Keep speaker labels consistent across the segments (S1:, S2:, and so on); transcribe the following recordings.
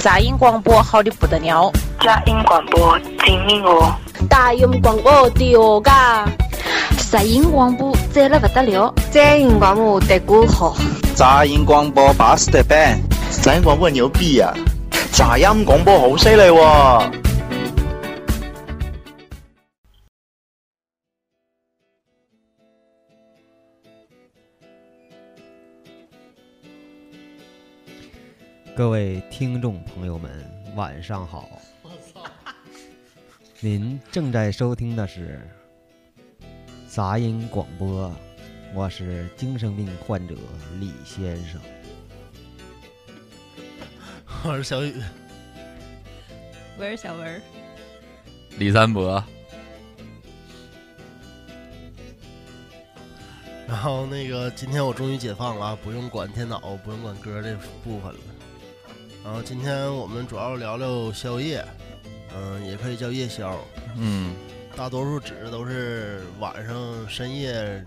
S1: 杂音广播好的不得了，
S2: 佳音广播精明哦，
S3: 大音广播的哦嘎，
S4: 杂音广播赞了不得了，
S5: 杂音广播的歌好，
S6: 杂音广播巴适的板，
S7: 杂音广播牛逼啊，杂音广播好犀利喎！
S8: 各位听众朋友们，晚上好！您正在收听的是杂音广播，我是精神病患者李先生。
S9: 我是小雨，
S10: 我是小文，
S11: 李三伯。
S9: 然后那个，今天我终于解放了啊，不用管电脑，不用管歌这部分了。然后嗯今天我们主要聊聊宵夜，嗯、也可以叫夜宵，
S11: 嗯，
S9: 大多数指的都是晚上深夜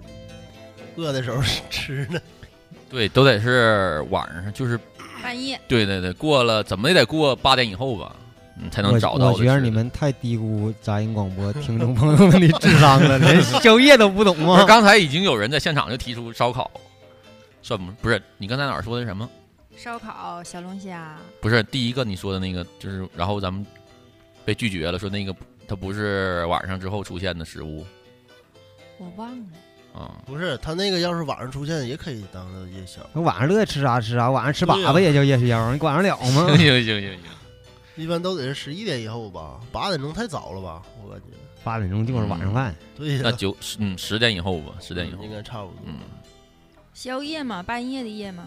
S9: 饿的时候吃的。
S11: 对，都得是晚上，就是
S10: 半夜
S11: 对对对，过了怎么也得过八点以后吧，你才能
S8: 我
S11: 找到
S8: 我
S11: 的吃的。
S8: 觉得你们太低估杂音广播听众朋友们的智商 了，连宵夜都不懂啊
S11: 不是
S8: 吗？
S11: 刚才已经有人在现场就提出烧烤，算不不是你刚才哪儿说的什么？
S10: 烧烤、小龙虾，
S11: 不是第一个你说的那个，就是然后咱们被拒绝了，说那个它不是晚上之后出现的食物
S10: 我忘了。
S11: 啊、
S9: 不是，他那个要是晚上出现，也可以当做夜宵。
S8: 那晚上乐意吃啥吃啥，晚上吃粑粑也
S11: 啊
S8: 叫夜宵，你管得了吗
S11: 行？行行行行，
S9: 一般都得是十一点以后吧，八点钟太早了吧，我感觉。
S8: 八点钟就是晚上饭，
S9: 对呀、
S11: 那九嗯十点以后吧，十点以后
S9: 应，该差不多。
S11: 嗯，
S10: 宵夜嘛，半夜的夜嘛，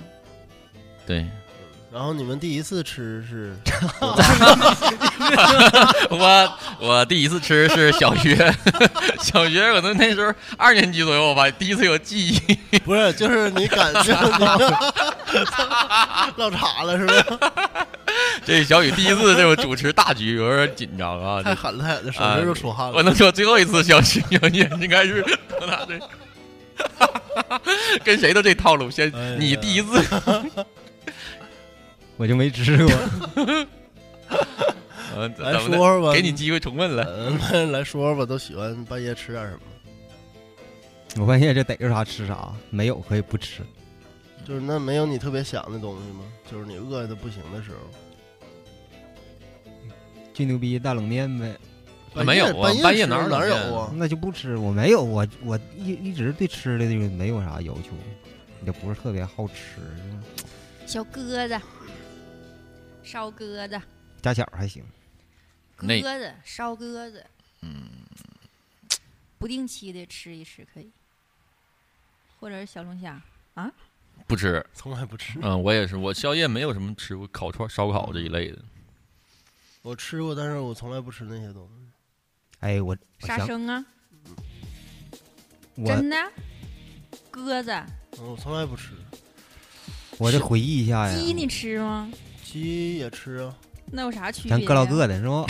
S11: 对，
S9: 然后你们第一次吃是
S11: 我我第一次吃是小学，小学可能那时候二年级左右吧，第一次有记忆。
S9: 不是，就是你 感 觉落岔了是
S11: 啊
S9: 吧？
S11: 这小雨第一次这种主持大局，有点紧张啊。
S9: 太狠了，太狠了，手
S11: 啊
S9: 心都出汗
S11: 我
S9: 了。
S11: 能说最后一次小雨小雨应该是多大岁？跟谁都这套路，先
S9: 哎呀
S11: 你第一次
S8: 我就没吃过。
S11: 呃
S9: 来
S11: 咱们再
S9: 说说吧
S11: 给你机会重问了。
S9: 嗯，来说吧，都喜欢半夜吃点什么？
S8: 我半夜就逮着啥吃啥，没有可以不吃。
S9: 就是那没有你特别想的东西吗？就是你饿的不行的时候。
S8: 最牛逼大冷面呗，
S11: 那没有啊
S9: 半夜
S11: 半夜
S9: 吃
S11: 哪有
S9: 哪
S11: 冷面
S9: 有啊？
S8: 那就不吃。我没有，我我一一直对吃的这个没有啥要求，也不是特别好吃。
S10: 小鸽子，烧鸽子，
S8: 家小还行，
S11: 那
S10: 鸽子烧鸽子，嗯，不定期的吃一吃可以，或者是小龙虾，
S11: 不吃，
S9: 从来不吃。
S11: 嗯，我也是，我宵夜没有什么吃过烤串、烧烤这一 类的。
S9: 我吃过，但是我从来不吃那些东西。
S8: 哎，我我
S10: 杀
S8: 想
S10: 生啊，
S8: 我
S10: 真的，鸽子，
S9: 嗯我从来不吃。
S8: 我这回忆一下
S10: 鸡
S8: 哎呀，
S10: 你吃吗？
S9: 鸡也吃啊，
S10: 那有啥区别呀？
S8: 咱各唠各的是不？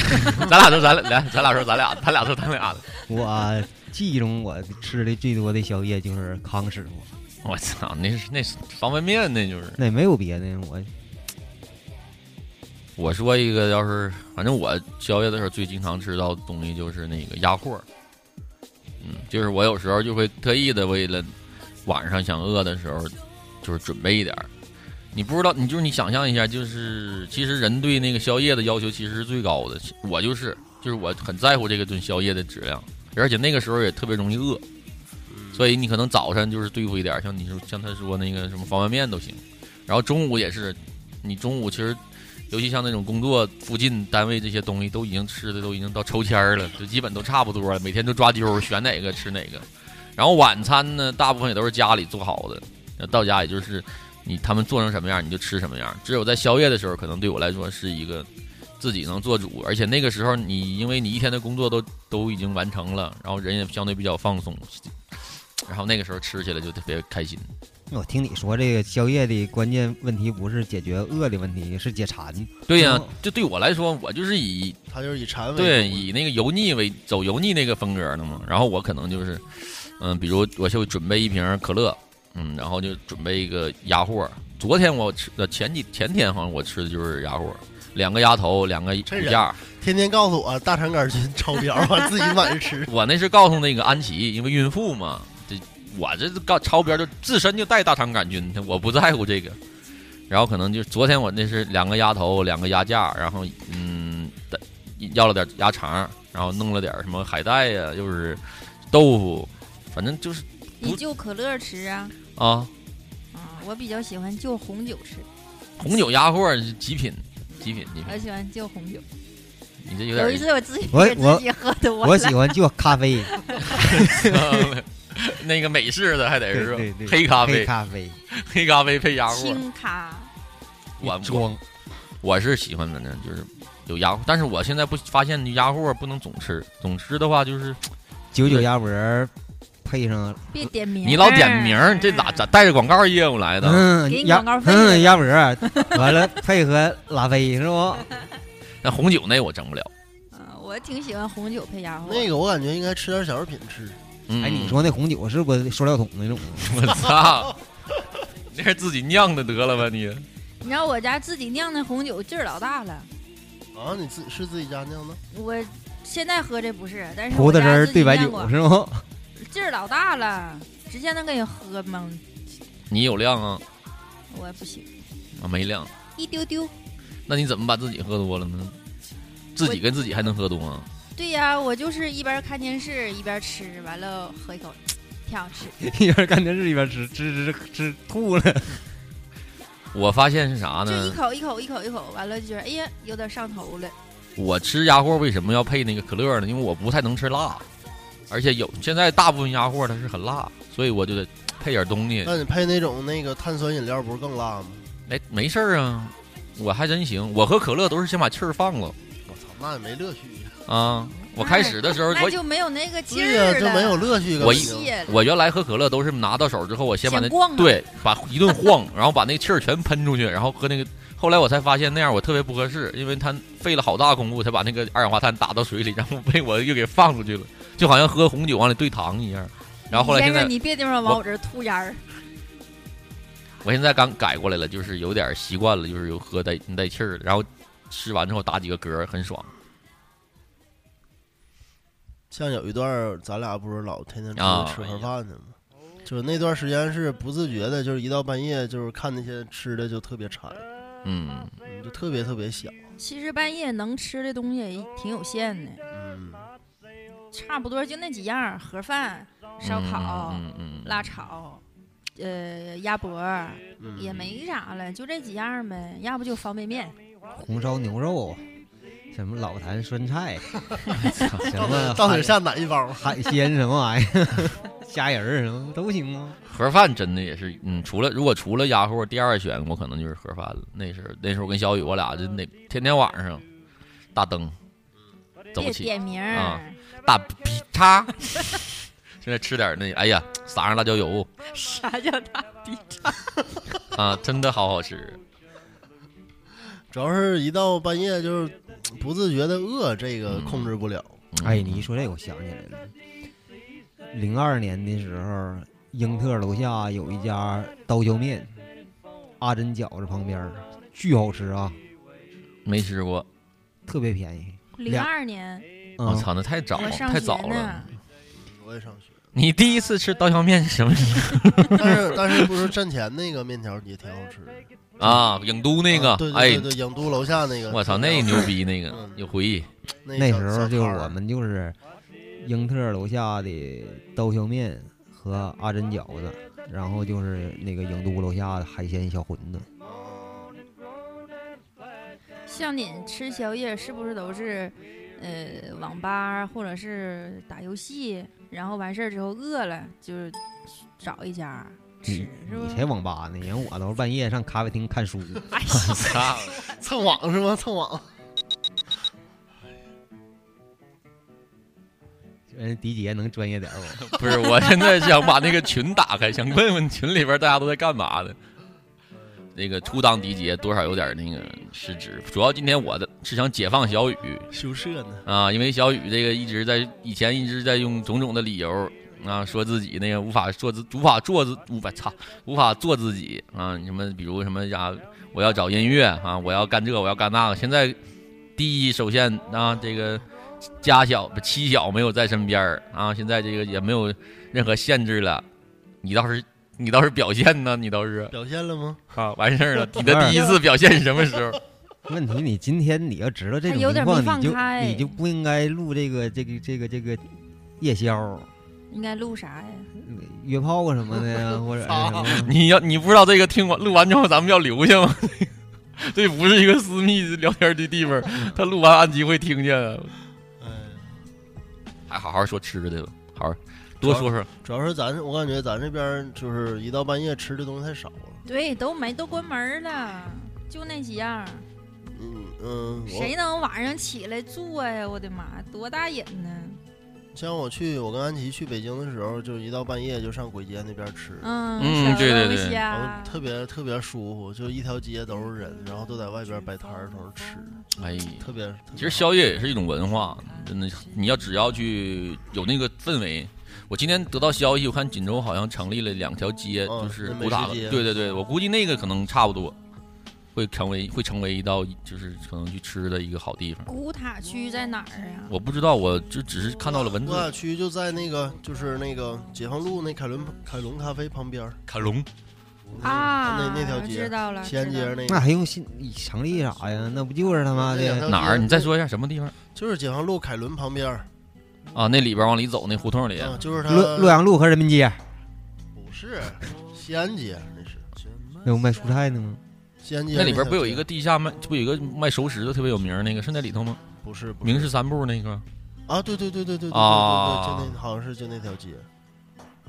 S11: 咱俩说咱俩，来，咱俩说咱俩，咱俩说咱俩的。
S8: 我记忆中我吃的最多的宵夜就是康师傅，
S11: 我操，那是那是方便面，那就是。
S8: 那也没有别的，我
S11: 我说一个，要是反正我宵夜的时候最经常吃到的东西就是那个鸭货儿，嗯，就是我有时候就会特意的为了晚上想饿的时候，就是准备一点儿。你不知道，你就是你想象一下，就是其实人对那个宵夜的要求其实是最高的，我就是就是我很在乎这个顿宵夜的质量，而且那个时候也特别容易饿，所以你可能早晨就是对付一点儿，像你说像他说那个什么方便面都行，然后中午也是，你中午其实尤其像那种工作附近单位这些东西，都已经吃的都已经到抽签儿了，就基本都差不多了，每天就抓阄儿选哪个吃哪个。然后晚餐呢，大部分也都是家里做好的，那到家也就是你他们做成什么样你就吃什么样。只有在宵夜的时候，可能对我来说是一个自己能做主，而且那个时候你因为你一天的工作都都已经完成了，然后人也相对比较放松，然后那个时候吃起来就特别开心。
S8: 我听你说这个宵夜的关键问题不是解决饿的问题，是解馋。
S11: 对呀、
S8: 哦
S11: 这对我来说，我就是以
S9: 它就是以馋为
S11: 对，
S9: 主
S11: 以那个油腻为走油腻那个风格的嘛。然后我可能就是，嗯，比如我就准备一瓶可乐，嗯，然呃后就准备一个鸭货。昨天我吃的前几前天好像我吃的就是鸭货，两个鸭头，两个
S9: 这
S11: 骨
S9: 人
S11: 架。
S9: 天天告诉我大肠杆菌 超标，我自己晚上 吃。
S11: 我那是告诉那个安琪，因为孕妇嘛，这我这告超标就自身就带大肠杆菌，我不在乎这个。然后可能就昨天我那是两个鸭头，两个鸭架，然后嗯，带要了点鸭肠，然后弄了点什么海带呀、又是豆腐，反正就是
S10: 你就可乐吃啊？
S11: 啊，
S10: 啊，我比较喜欢就红酒吃，
S11: 红酒鸭货是极品，极品，极
S10: 我
S11: 品。
S10: 喜欢就红酒。
S11: 你这有点
S10: 有一次我自己
S8: 我
S10: 给
S8: 我
S10: 自己喝多了，
S8: 我喜欢就咖啡，
S11: 那个美式的，还得
S8: 对
S11: 是
S8: 对对，
S11: 黑咖
S8: 黑
S11: 啡，
S8: 咖啡，
S11: 黑咖啡配鸭货。
S10: 清咖。
S11: 我
S8: 一
S11: 我
S8: 装
S11: 我是喜欢反正就是有鸭货，但是我现在不发现鸭货不能总吃，总吃的话就是
S8: 九九鸭脖儿配上，
S10: 别点名儿，
S11: 你老点名儿，这咋咋带着广告业务来的？
S8: 嗯
S10: 给你
S8: 鸭
S10: 广告费
S8: 嗯鸭脖儿，完了配合拉菲是
S9: 嗯
S8: 不？
S11: 那红酒那我整不了。
S10: 嗯，我挺喜欢红酒配鸭货。
S9: 那个我感觉应该吃点小食品吃，
S11: 嗯
S8: 哎， 你说那红酒是不是塑料桶那种？啊
S11: 我操，那是自己酿的得了 吧你？
S10: 你知道我家自己酿的红酒劲儿老大了，
S9: 啊，你自是自己家酿的？
S10: 我现在喝这不是，但是
S8: 葡
S10: 我
S8: 萄
S10: 家
S8: 汁儿
S10: 自己
S8: 兑白
S10: 酿
S8: 酒
S10: 过
S8: 是不？
S10: 劲儿老大了，直接能给你喝懵，
S11: 你有量啊？
S10: 我不行，
S11: 啊没量，
S10: 一丢丢。
S11: 那你怎么把自己喝多了呢？自己跟自己还能喝多啊？
S10: 对呀、我就是一边看电视一边吃，完了喝一口，挺好吃。
S9: 嗯
S8: 一边干电视一边吃，吃吃吃吐了。
S11: 我发现是啥
S10: 就一
S11: 呢？
S10: 口一口一口一口，完了就觉得哎呀有点上头了。
S11: 我吃鸭货为什么要配那个可乐呢？因为我不太能吃辣，而且有现在大部分鸭货它是很辣，所以我就得配点东西。
S9: 那你配那种那个碳酸饮料不是更辣吗？
S11: 哎，没事儿啊，我还真行。我喝可乐都是先把气儿放了
S9: 我操，那也没乐趣。
S11: 啊。我开始的时候，
S10: 哎那
S11: 我
S10: 就没有那个 劲
S9: 对呀，
S10: 儿啊
S9: 就
S10: 了，
S9: 没有乐趣感。
S11: 我一
S9: 一
S10: 谢了。
S11: 我原来喝可乐都是拿到手之后，我先把那
S10: 先逛啊
S11: 对，把一顿晃， 然后把那气儿全喷出去，然后喝那个。后来我才发现那样我特别不合适，因为他费了好大功夫才把那个二氧化碳打到水里，然后被我又给放出去了，就好像喝红酒往里兑糖一样。然后后来现
S10: 先
S11: 在
S10: 生，你别地方往我这儿吐烟儿，
S11: 我现在刚改过来了，就是有点习惯了，就是有喝带带气儿的，然后吃完之后打几个嗝，很爽
S9: 像有一段儿咱俩不是老天天出
S11: 啊
S9: 去吃盒饭去吗？就是那段时间是不自觉的，就是一到半夜就是看那些吃的就特别馋，
S11: 嗯。
S9: 嗯就特别特别想。
S10: 其实半夜能吃的东西也挺有限的，
S9: 嗯，
S10: 差不多就那几样儿：盒饭、烧烤、
S11: 嗯嗯嗯
S10: 辣炒，呃，鸭脖儿
S9: 嗯
S10: 也没啥了，就这几样儿呗。要不就方便面，
S8: 红烧牛肉，啊什么老坛酸菜，啊 什
S11: 嗯
S8: 么
S9: 到底
S8: 海
S9: 下哪一啊包？
S8: 海鲜什么玩意儿， 虾仁儿什么都行啊吗？
S11: 盒饭真的也是，嗯，除了如果除了鸭货，第二选我可能就是盒饭了。那时候那时候跟小雨我俩真
S10: 嗯
S11: 的天天晚上大灯走
S10: 别
S11: 起
S10: 点名儿、
S11: 啊大劈叉， 现在吃点那哎呀撒上辣椒油
S10: 啥叫大逼叉？
S11: 啊，真的好好吃。
S9: 主要是一到半夜就是不自觉的饿，这个控制不了。
S11: 嗯
S8: 哎，你一说这个，我想起来了。零二年的时候，英特尔楼下有一家刀削面，阿珍饺子旁边儿，巨好吃啊，
S11: 没吃过，
S8: 特别便宜。
S10: 零二年
S11: 我
S8: 嗯，
S11: 操，那太早
S10: 我上
S11: 太早
S10: 学
S11: 了
S10: 呢。
S9: 我也上学，
S11: 你第一次吃刀削面是什么时
S9: 但是但是不 是站前那个面条也挺好吃的？
S11: 候啊？影都那个
S9: 啊对，对
S11: 哎
S9: 对，对，影都楼下那个，
S11: 我操，那牛逼那个
S9: 嗯
S11: 有 回忆。
S9: 那
S8: 那
S9: 小
S8: 时候就
S9: 小摊
S8: 是
S9: 儿啊
S8: 我们就是英特尔楼下的刀削面和阿珍饺子，然后就是那个影都楼下的海鲜小馄饨。
S10: 像你吃宵夜是不是都是，呃，网吧或者是打游戏，然后完事儿之后饿了就是找一家吃
S8: 你，
S11: 嗯
S10: 是不
S8: 你？才网吧呢？人我都是半夜上咖啡厅看书。
S11: 操
S9: 蹭网是吗？蹭网。
S8: 人呃迪杰能专业点儿不？
S11: 不是，我现在想把那个群打开，想问问群里边大家都在干嘛的。那个初当迪杰多少有点那个失职，主要今天我的是想解放小雨
S9: 宿舍呢？
S11: 啊，因为小雨这个一直在以前一直在用种种的理由啊，说自己那个无法做自无法做自无法操无法做自己啊，什么比如什么呀、我要找音乐啊，我要干这我要干那个。现在第一首先啊，这个家小不妻小没有在身边儿啊，现在这个也没有任何限制了，你倒是你倒是表现呢，你倒是
S9: 表现了吗？
S11: 啊完事儿了，你的第一次表现是什么时候？
S8: 问题你今天你要知道这种
S10: 他
S8: 情
S10: 有点没
S8: 况，
S10: 放
S8: 你就
S10: 开
S8: 你就不应该录这个这个这个这个夜宵、
S10: 应该录啥呀？
S8: 约炮啊什么的呀，或者是什么
S11: 你要你不知道这个听完录完之后咱们要留下吗？ 这不是一个私密聊天的地方，他录完安吉会听见啊的。
S9: 哎，
S11: 还好好说吃的吧，好好多说说。
S9: 主要是咱我感觉咱这边儿就是一到半夜吃的东西太少了。
S10: 对，都没都关门了，就那几样儿，
S9: 嗯嗯，我
S10: 谁能晚上起来做呀？我的妈，多大瘾呢？
S9: 像我去，我跟安琪去北京的时候，就一到半夜就上簋街那边吃，
S10: 嗯啊
S11: 嗯
S10: 小
S11: 对对
S10: 龙
S11: 对
S9: 然
S10: 虾
S9: 哦后特别特别舒服，就一条街都是人，然后都在外边摆摊儿，都是吃，
S11: 哎，
S9: 特别。特别
S11: 其实
S9: 好
S11: 宵夜也是一种文化，真的，你要只要去有那个氛围。我今天得到消息，我看锦州好像成立了两条街，
S9: 嗯
S11: 就是
S9: 那美
S11: 古塔
S9: 食
S11: 了。
S9: 街
S11: 对对对，我估计那个可能差不多，会成为会成为一道就是可能去吃的一个好地方。
S10: 古塔区在哪儿啊呀？
S11: 我不知道，我就只是看到了文
S9: 乌塔
S11: 字。
S9: 区就在那个就是那个解放路那凯伦凯龙咖啡旁边儿
S11: 凯龙，
S10: 啊，
S9: 那那条街
S10: 知道了，
S9: 西安街
S10: 知道了
S9: 那
S8: 那
S9: 个，
S8: 还用新成立啥呀？那不就是他妈
S9: 那两
S8: 的
S9: 条
S11: 哪儿？
S9: 街
S11: 你再说一下什么地方
S9: 就是解放路凯伦旁边儿，
S11: 啊？那里边往里走那胡同里，
S9: 嗯，就是它
S8: 洛洛阳路和人民街
S9: 不是西安街，那是
S8: 有卖蔬菜的吗？
S9: 西安街
S11: 那里边
S9: 条
S11: 不有
S9: 街
S11: 一个地下卖，不有一个卖熟食的特别有名儿那个是那里头吗？
S9: 不是不是
S11: 明示三部那个
S9: 啊？对对对对对对对对对，
S11: 啊
S9: 就那好像是就那条街，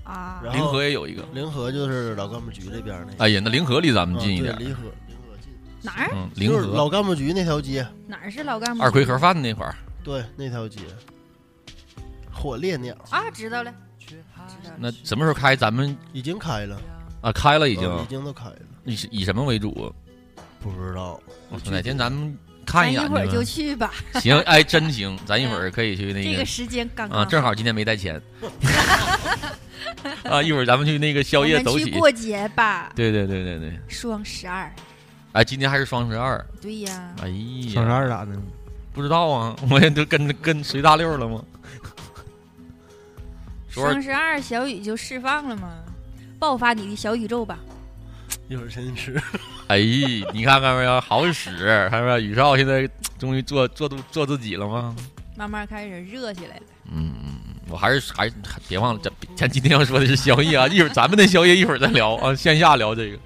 S10: 啊，
S9: 然
S11: 临
S9: 后
S11: 河也有一个。
S9: 临河就是老干部局这边儿那个，
S11: 哎呀，那临河离咱
S9: 嗯
S11: 们近一点
S9: 对，离河离河近，
S10: 哪儿
S11: 嗯，临
S9: 就是老
S11: 河
S9: 干部局那条街，
S10: 哪儿是老干部？
S11: 二奎盒饭那块儿，
S9: 对那条街，火烈鸟
S10: 啊，知道了，知道了。
S11: 那什么时候开？咱们
S9: 已经开了，
S11: 啊开了已
S9: 已
S11: 经，
S9: 已经都开了，
S11: 以以什么为主？
S9: 不知道。
S11: 我操哪天咱们看
S10: 咱
S11: 眼
S10: 一
S11: 去
S10: 会儿就
S11: 吧。
S10: 去吧，
S11: 行，哎，真行，咱一会儿可以去那
S10: 这
S11: 个
S10: 个时间刚刚
S11: 啊，正好今天没带 钱啊，一会儿咱们去那个宵夜
S10: 我
S11: 走
S10: 们去
S11: 起。
S10: 过节吧，
S11: 对对对对对，
S10: 双十二，
S11: 哎，今天还是双十二，
S10: 对呀，
S11: 哎
S8: 双十
S11: 呀，
S8: 二咋的？
S11: 不知道啊， 我也就跟跟随大溜了吗？说
S10: 双十二小雨就释放了嘛，爆发你的小宇宙吧，
S9: 一会儿先吃，
S11: 哎，你看看没有，好使，看到没有？宇少现在终于做做做自己了吗？
S10: 慢慢开始热起来了。
S11: 嗯，嗯嗯我还是还是别忘了，咱咱今天要说的是宵夜啊，一会儿咱们的宵夜一会儿再聊啊，线下聊这个。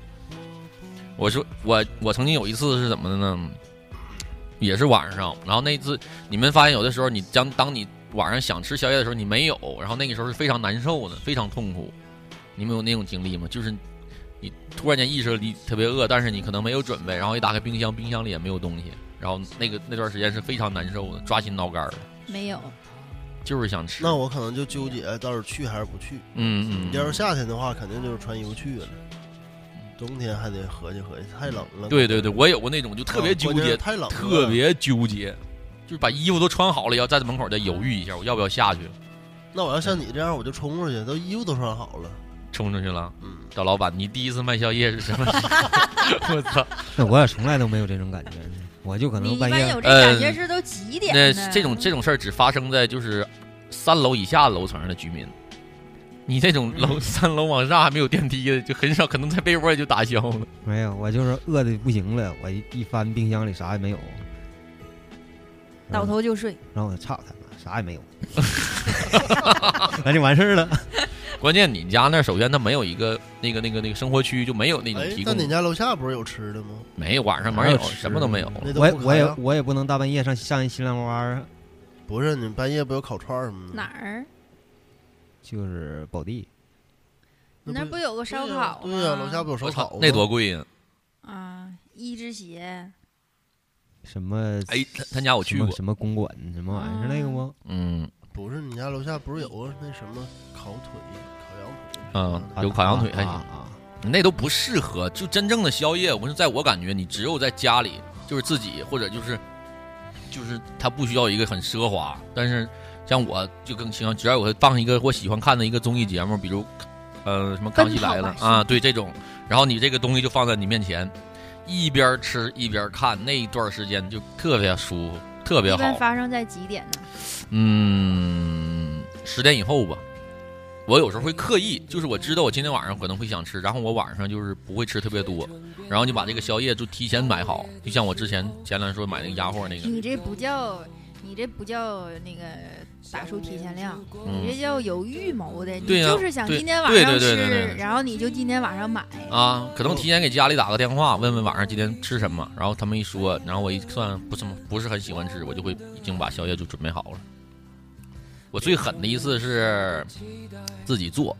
S11: 我说我我曾经有一次是怎么的呢？也是晚上，然后那一次你们发现有的时候你将当你晚上想吃宵夜的时候你没有，然后那个时候是非常难受的，非常痛苦。你们有那种经历吗？就是你突然间意识到你特别饿，但是你可能没有准备，然后一打开冰箱，冰箱里也没有东西，然后那个那段时间是非常难受的，抓心挠肝儿的，
S10: 没有，
S11: 就是想 吃。
S9: 那我可能就纠结到底去还是不去。
S11: 嗯嗯，
S9: 要是夏天的话，肯定就是穿衣服去了，冬天还得合计合计，太冷了。
S11: 对对对，我有过那种就特别
S9: 啊
S11: 纠
S9: 关键
S11: 结
S9: 是，太冷了，
S11: 特别纠结，就是把衣服都穿好了，要站在门口再犹豫一下，我要不要下去
S9: 那我要像你这样，我就冲出去，都衣服都穿好了。
S11: 冲出去了？
S9: 嗯，
S11: 找老板，你第一次卖宵夜是什么时候？我 操！
S8: 那我也从来都没有这种感觉，我就可
S10: 你
S8: 能
S10: 一
S8: 半
S10: 般
S8: 夜
S10: 有这感觉是都几点
S11: 呃那
S10: 呢？
S11: 这种这种事儿只发生在就是三楼以下楼层的居民，你这种
S9: 嗯
S11: 楼 三楼往上还没有电梯的，就很少，可能在被窝里就打消了。
S8: 没有，我就是饿的不行了，我一一翻冰箱里啥也没有，然
S10: 倒
S8: 后
S10: 头就睡，
S8: 然后我就操他妈啥也没有， 那就完事儿了。
S11: 关键你家那儿首先它没有一个那个那个那个生活区，就没有那种
S9: 哎
S11: 提，
S9: 那
S11: 供，
S9: 你家楼下不是有吃的吗？
S11: 没有晚上
S8: 哪
S11: 没
S8: 有
S11: 有
S8: 吃
S11: 什么都没有。
S9: 那都
S8: 我也
S9: 不开
S8: 我也
S9: 啊
S8: 我也不能大半夜上上一新兰花儿，
S9: 不是，你半夜不有烤串儿吗？
S10: 哪儿？
S8: 就是宝地，
S10: 你那儿不
S9: 对呀
S10: 有个烧烤吗？
S9: 对呀，楼下不有烧
S11: 我
S9: 烤
S11: 操
S9: 吗？，
S11: 那多贵呀、
S10: 啊，一只鞋，
S8: 什么
S11: 哎，他他家我
S8: 什
S11: 去
S8: 么
S11: 过，
S8: 什么公馆什么玩意儿那个不？
S11: 嗯
S9: 不是，你家楼下不是有个那什么烤腿、烤羊腿？
S11: 啊
S9: 啥，的
S11: 有烤羊腿还
S8: 啊
S11: 行，
S8: 啊，
S11: 那都不适合。就真正的宵夜，我是在我感觉，你只有在家里，就是自己或者就是就是他不需要一个很奢华，但是像我就更倾向，只要我放一个我喜欢看的一个综艺节目，比如，呃，什么《康熙来了
S10: 奔》跑吧
S11: 啊，对这种，然后你这个东西就放在你面前，一边吃一边看，那一段时间就特别舒服，特别
S10: 一般
S11: 好。
S10: 发生在几点呢？
S11: 嗯，十点以后吧。我有时候会刻意，就是我知道我今天晚上可能会想吃，然后我晚上就是不会吃特别多，然后就把这个宵夜就提前买好，就像我之前前两天说买那个鸭货那个，
S10: 你这不叫，你这不叫那个打出提前量，
S11: 嗯
S10: 你这叫有预谋的。
S11: 对
S10: 你
S11: 呀
S10: 就是想
S11: 对
S10: 今天晚
S11: 对
S10: 上
S11: 对对对
S10: 吃
S11: 对，
S10: 然后你就今天晚上买。
S11: 啊，可能提前给家里打个电话，问问晚上今天吃什么，然后他们一说，然后我一算不什么不是很喜欢吃，我就会已经把宵夜就准备好了。我最狠的一次是自己做，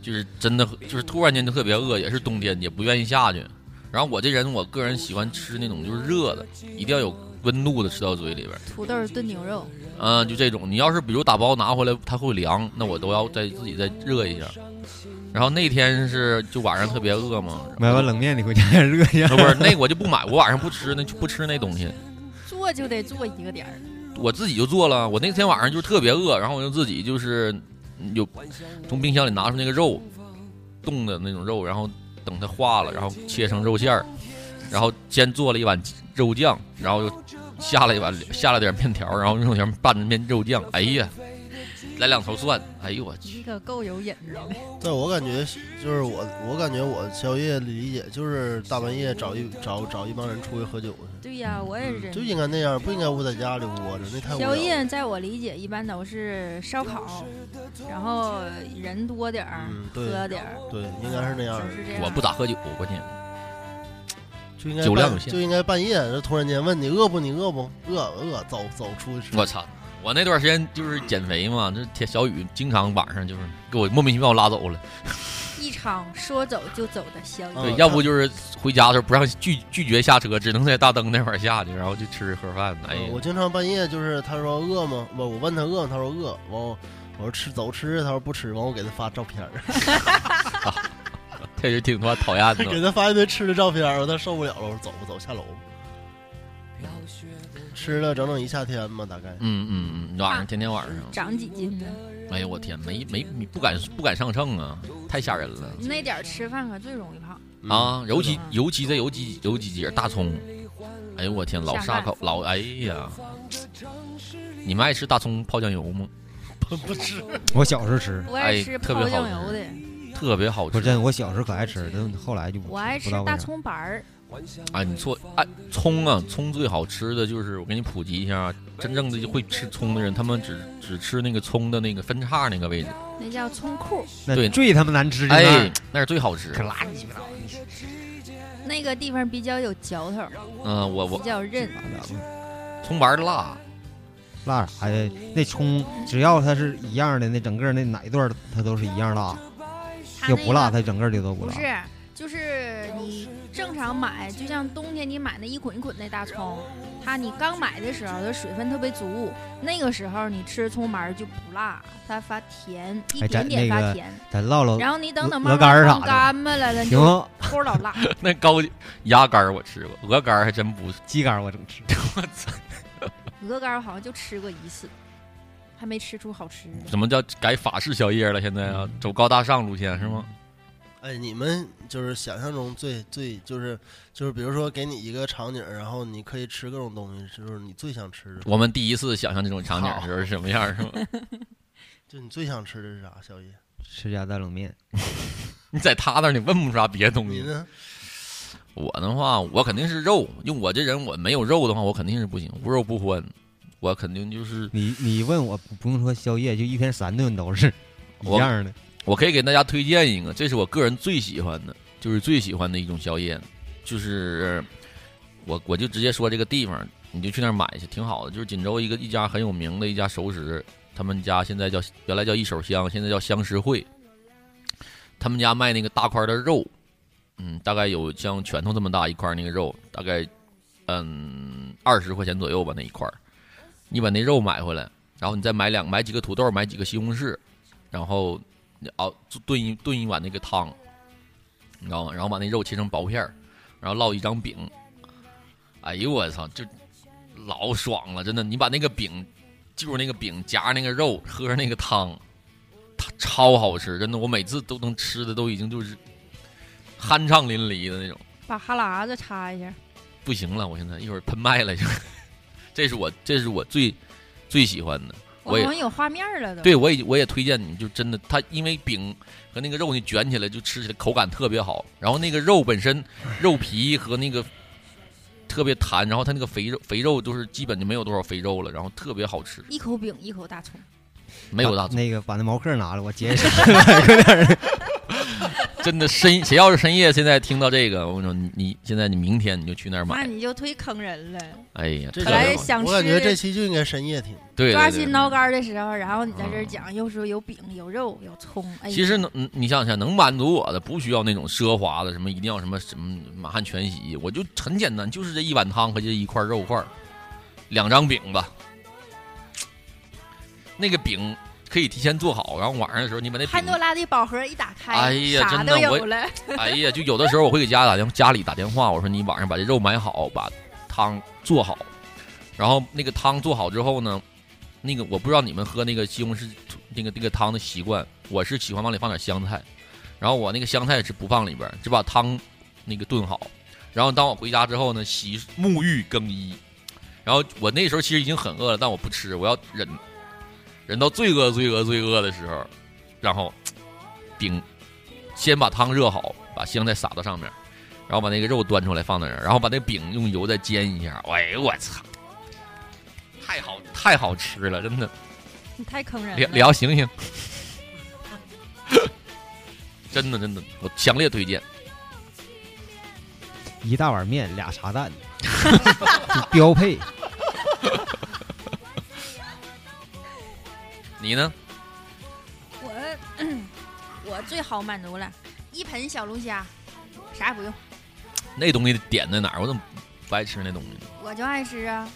S11: 就是真的就是突然间就特别饿，也是冬天，也不愿意下去。然后我这人，我个人喜欢吃那种就是热的，一定要有温度的吃到嘴里边儿。
S10: 土豆炖牛肉，
S11: 嗯、就这种，你要是比如打包拿回来，它会凉，那我都要再自己再热一下。然后那天是就晚上特别饿嘛，
S8: 啊买完冷面你回家也热一下。
S11: 不是那我就不买，我晚上不吃那就不吃那东西，
S10: 做就得做一个点儿。
S11: 我自己就做了。我那天晚上就是特别饿，然后我就自己就是嗯有从冰箱里拿出那个肉，冻的那种肉，然后等它化了，然后切成肉馅儿，然后先做了一碗肉酱，然后又下了一碗下了点面条，然后用点拌着面肉酱，哎呀，来两头蒜，哎呦我去，
S10: 你可够有瘾的，
S9: 但我感觉就是我，我感觉我宵夜理解就是大半夜找一找找一帮人出去喝酒去，
S10: 对呀、我也是
S9: 嗯就。应该那样，不应该窝在家里窝着，那太无聊
S10: 宵
S9: 了。
S10: 夜在我理解一般都是烧烤，然后人多点儿、
S9: 嗯，对
S10: 喝点儿，
S9: 对，应该是那样
S10: 就
S9: 的，
S10: 是这样。
S11: 我不咋喝酒，关键
S9: 就应该
S11: 酒量
S9: 半
S11: 有限
S9: 就应该半夜这突然间问你饿不？你饿不？饿饿，走走出去吃。嗯
S11: 我操！我那段时间就是减肥嘛，这天小雨经常晚上就是给我莫名其妙拉走了。
S10: 一场说走就走的宵夜。
S9: 嗯
S11: 对，
S9: 啊
S11: 要不就是回家的时候不让拒拒绝下车，只能在大灯那块儿下去，然后就吃喝饭。哎
S9: 嗯
S11: 呀，
S9: 我经常半夜就是他说饿吗？我我问他饿吗？他说饿。完我我说吃走吃，他说不吃。完我给他发照片儿，
S11: 这人挺他妈讨厌
S9: 给
S11: 的。
S9: 他发一堆吃的照片儿，我他受不了了，我说走吧走下楼吧。吃了整整一夏天吧，大 概。
S11: 嗯嗯嗯，晚上天天晚上，
S10: 长几斤呢？
S11: 哎呀我天，没没你不敢不敢上秤啊，太吓人了
S9: 嗯
S10: 那点儿吃饭可最容易胖。
S11: 啊！尤其
S10: 嗯
S11: 尤其这有几有几节大葱，哎呦我天，老
S10: 下
S11: 沙
S10: 饭
S11: 口老哎呀！你们爱吃大葱泡酱油吗？
S9: 不吃，
S8: 我小时候吃，
S10: 我
S11: 哎
S10: 爱吃
S11: 特别好
S10: 泡酱油
S11: 吃
S10: 的，
S9: 嗯
S11: 特别好
S8: 不
S11: 吃
S8: 是。真，我小时候可爱吃，但后来就不
S10: 我爱吃
S8: 不知道为啥
S10: 大葱白儿。
S11: 啊，你错，哎，葱啊，葱最好吃的就是我给你普及一下啊，真正的会吃葱的人，他们只只吃那个葱的那个分叉那个位置，
S10: 那叫葱裤，
S8: 那
S11: 对
S8: 最他妈难吃的
S11: 哎
S8: 那，
S11: 那是最好吃。
S8: 可
S11: 嗯、
S8: 拉鸡巴倒
S10: 那个地方比较有嚼头，
S11: 嗯我
S10: 比
S11: 我
S10: 较韧。
S11: 葱白儿辣，
S8: 辣啥呀？那葱只要它是一样的，那整个那哪一段它都是一样辣，
S10: 它
S8: 要
S10: 那
S8: 不辣
S10: 个
S8: 它整个就都不
S10: 不
S8: 辣。
S10: 是，就是你正常买，就像冬天你买那一捆一捆那大葱，它你刚买的时候它水分特别足，那个时候你吃葱白儿就不辣，它发甜，一
S8: 哎咱
S10: 点点
S8: 那
S10: 发
S8: 个
S10: 甜。
S8: 咱唠唠
S10: 然后你等等
S8: 鹅
S10: 慢
S8: 肝儿
S10: 慢
S8: 啥
S10: 放
S8: 的
S10: 干巴了了，你
S8: 行啊
S10: 就
S8: 吗，
S10: 齁老辣。
S11: 那高鸭肝儿我吃过，鹅肝儿还真不是。
S8: 鸡肝我整吃，
S11: 我操，
S10: 鹅肝儿好像就吃过一次，还没吃出好吃的。
S11: 什么叫改法式宵夜了？现在啊，走高大上路线是吗？
S9: 哎，你们就是想象中最最就是就是，比如说给你一个场景，然后你可以吃各种东西，就是你最想吃的，
S11: 我们第一次想象这种场景的时候是什么样儿是吗？
S9: 就你最想吃的是啥？宵夜，
S8: 吃家大冷面，
S11: 你在他那儿你问不出啥别的东
S9: 你
S11: 西。
S9: 呢？
S11: 我的话，我肯定是肉，因为我这人我没有肉的话，我肯定是不行，无肉不欢。我肯定就是，
S8: 你你问我不用说宵夜，就一天三顿都是一
S11: 我
S8: 样的。
S11: 我可以给大家推荐一个，这是我个人最喜欢的，就是最喜欢的一种宵夜，就是我我就直接说这个地方，你就去那儿买去，挺好的。就是锦州一个一家很有名的一家熟食，他们家现在叫原来叫一手香，现在叫香食会。他们家卖那个大块的肉，嗯，大概有像拳头这么大一块儿那个肉，大概嗯二十块钱左右吧那一块儿。你把那肉买回来，然后你再买两买几个土豆，买几个西红柿，然后熬炖一炖一碗那个汤，你知道吗？然后把那肉切成薄片儿，然后烙一张饼。哎呦我操，就老爽了，真的！你把那个饼就是那个饼夹那个肉，喝那个汤，它超好吃，真的，我每次都能吃的都已经就是酣畅淋漓的那种，
S10: 把哈喇子擦一下。
S11: 不行了，我现在一会儿喷麦了就， 这是我这是我最最喜欢的，
S10: 我
S11: 也
S10: 好像有画面了都。
S11: 对，我也我也推荐你，就真的它因为饼和那个肉你卷起来就吃起来口感特别好，然后那个肉本身肉皮和那个特别弹，然后它那个肥肉肥肉就是基本就没有多少肥肉了，然后特别好吃，
S10: 一口饼一口大葱，
S11: 没有
S10: 啊
S11: 大
S8: 把那个把那毛克拿了，我结一 下。
S11: 真的深谁要是深夜现在听到这个，我跟你说你你现在你明天你就去那儿
S10: 那
S11: 买，
S10: 你就忒坑人了。
S11: 哎呀，
S9: 这
S11: 特
S10: 本
S11: 别
S10: 来
S11: 好
S10: 想
S9: 我感觉这
S10: 吃
S9: 期就应该深夜听。
S11: 对
S10: 抓
S11: 对对
S10: 心
S11: 对
S10: 挠肝的时候，然后你在这儿
S11: 嗯
S10: 讲，又说有饼有肉有葱，哎呀，
S11: 其实能，嗯你想想，能满足我的，不需要那种奢华的，什么一定要什么什么满汉全席，我就很简单，就是这一碗汤和这一块肉块儿，两张饼吧。那个饼可以提前做好，然后晚上的时候你把那
S10: 潘
S11: 饼
S10: 多，拉的宝盒一打开，
S11: 哎呀
S10: 啥
S11: 真
S10: 都
S11: 的我
S10: 有了。
S11: 哎呀，就有的时候我会给家打电家里打电话，我说你晚上把这肉买好，把汤做好，然后那个汤做好之后呢，那个我不知道你们喝那个西红柿那个那个汤的习惯，我是喜欢往里放点香菜，然后我那个香菜是不放里边儿，只把汤那个炖好。然后当我回家之后呢，洗沐浴更衣，然后我那时候其实已经很饿了，但我不吃，我要忍，忍到最饿、最饿、最饿的时候，然后饼先把汤热好，把香菜撒到上面，然后把那个肉端出来放在那儿，然后把那饼用油再煎一下。哎呦我操！太好太好吃了， 真的。
S10: 你太坑人
S11: 聊
S10: 了。
S11: 聊醒醒， 真的真的，我强烈推荐。
S8: 一大碗面，俩茶蛋，就标配。
S11: 你呢？
S10: 我我最好满足了，一盆小龙虾，啥也不用，
S11: 那东西点在哪儿？我怎么不爱吃那东西？
S10: 我就爱吃啊。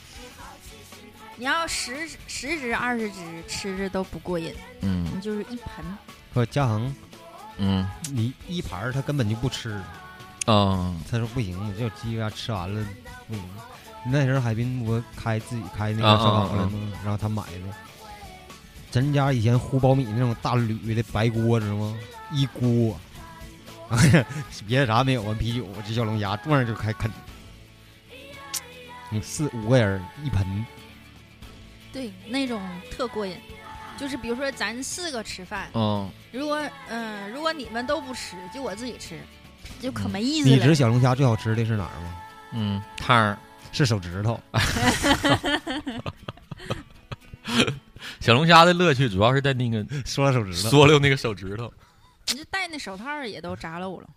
S10: 你要十十只二十只吃着都不过瘾，
S11: 嗯
S10: 你就是一盆。
S8: 说嘉恒，
S11: 嗯
S8: 你一盘儿他根本就不吃，
S11: 啊
S8: 他说不行，我就鸡鸭吃完了不行。那时候海滨不开自己开那
S11: 啊
S8: 个烧烤了吗？然后他买的，咱家以前烀苞米那种大铝的白锅，知道吗？一锅， 别的啥没有，完啤酒，这小龙虾坐那就开啃。你四五个人一盆，
S10: 对，那种特过瘾。就是比如说咱四个吃饭，
S11: 嗯，
S10: 如果嗯、如果你们都不吃，就我自己吃，就可没意思
S8: 你知道
S10: 了。
S8: 小龙虾最好吃的是哪儿吗？
S11: 嗯，汤儿
S8: 是手指头。
S11: 小龙虾的乐趣主要是在那个
S8: 说到手指头，
S11: 缩溜那个手指头。
S10: 你就戴那手套儿也都扎漏了，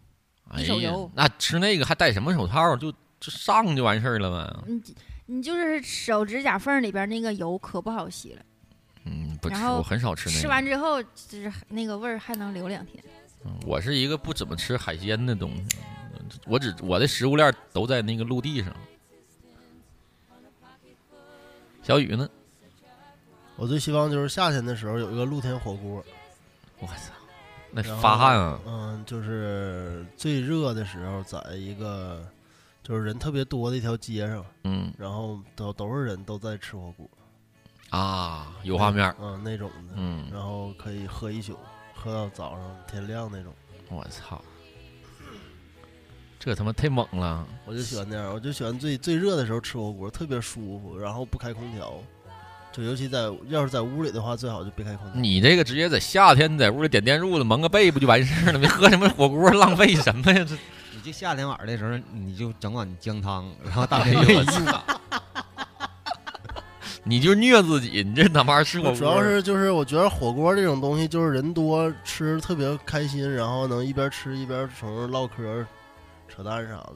S11: 哎
S10: 一手
S11: 呀
S10: 油，
S11: 那吃那个还戴什么手套？就就上就完事儿了呗。
S10: 你你就是手指甲缝儿里边儿那个油可不好吸了，
S11: 嗯，不吃，
S10: 然后
S11: 我很少吃那个。
S10: 吃完之后就是那个味儿还能留两天。
S11: 嗯我是一个不怎么吃海鲜的东西，我只我的食物链都在那个陆地上。小雨呢？
S9: 我最希望就是夏天的时候有一个露天火锅，
S11: 我操，那
S9: 然后
S11: 发汗啊！
S9: 嗯，就是最热的时候，在一个就是人特别多的一条街上，
S11: 嗯
S9: 然后都都是人都在吃火锅，
S11: 啊，有画面儿。
S9: 嗯，那种的，
S11: 嗯，
S9: 然后可以喝一宿，喝到早上天亮那种。
S11: 我操，这他妈太猛了！
S9: 我就喜欢那样，我就喜欢最最热的时候吃火锅，特别舒服，然后不开空调，就尤其在要是在屋里的话，最好就别开空调。
S11: 你这个直接在夏天在屋里点电褥子，蒙个被不就完事儿了？别 喝什么火锅，浪费什么呀？这
S8: 你就夏天晚上的时候，你就整碗姜汤，然后大
S11: 哎
S8: 便
S11: 呦
S8: 一
S11: 我操！你就虐自己，你这他妈吃火锅
S9: 主要是就是我觉得火锅这种东西，就是人多吃特别开心，然后能一边吃一边从这唠嗑、扯淡啥的。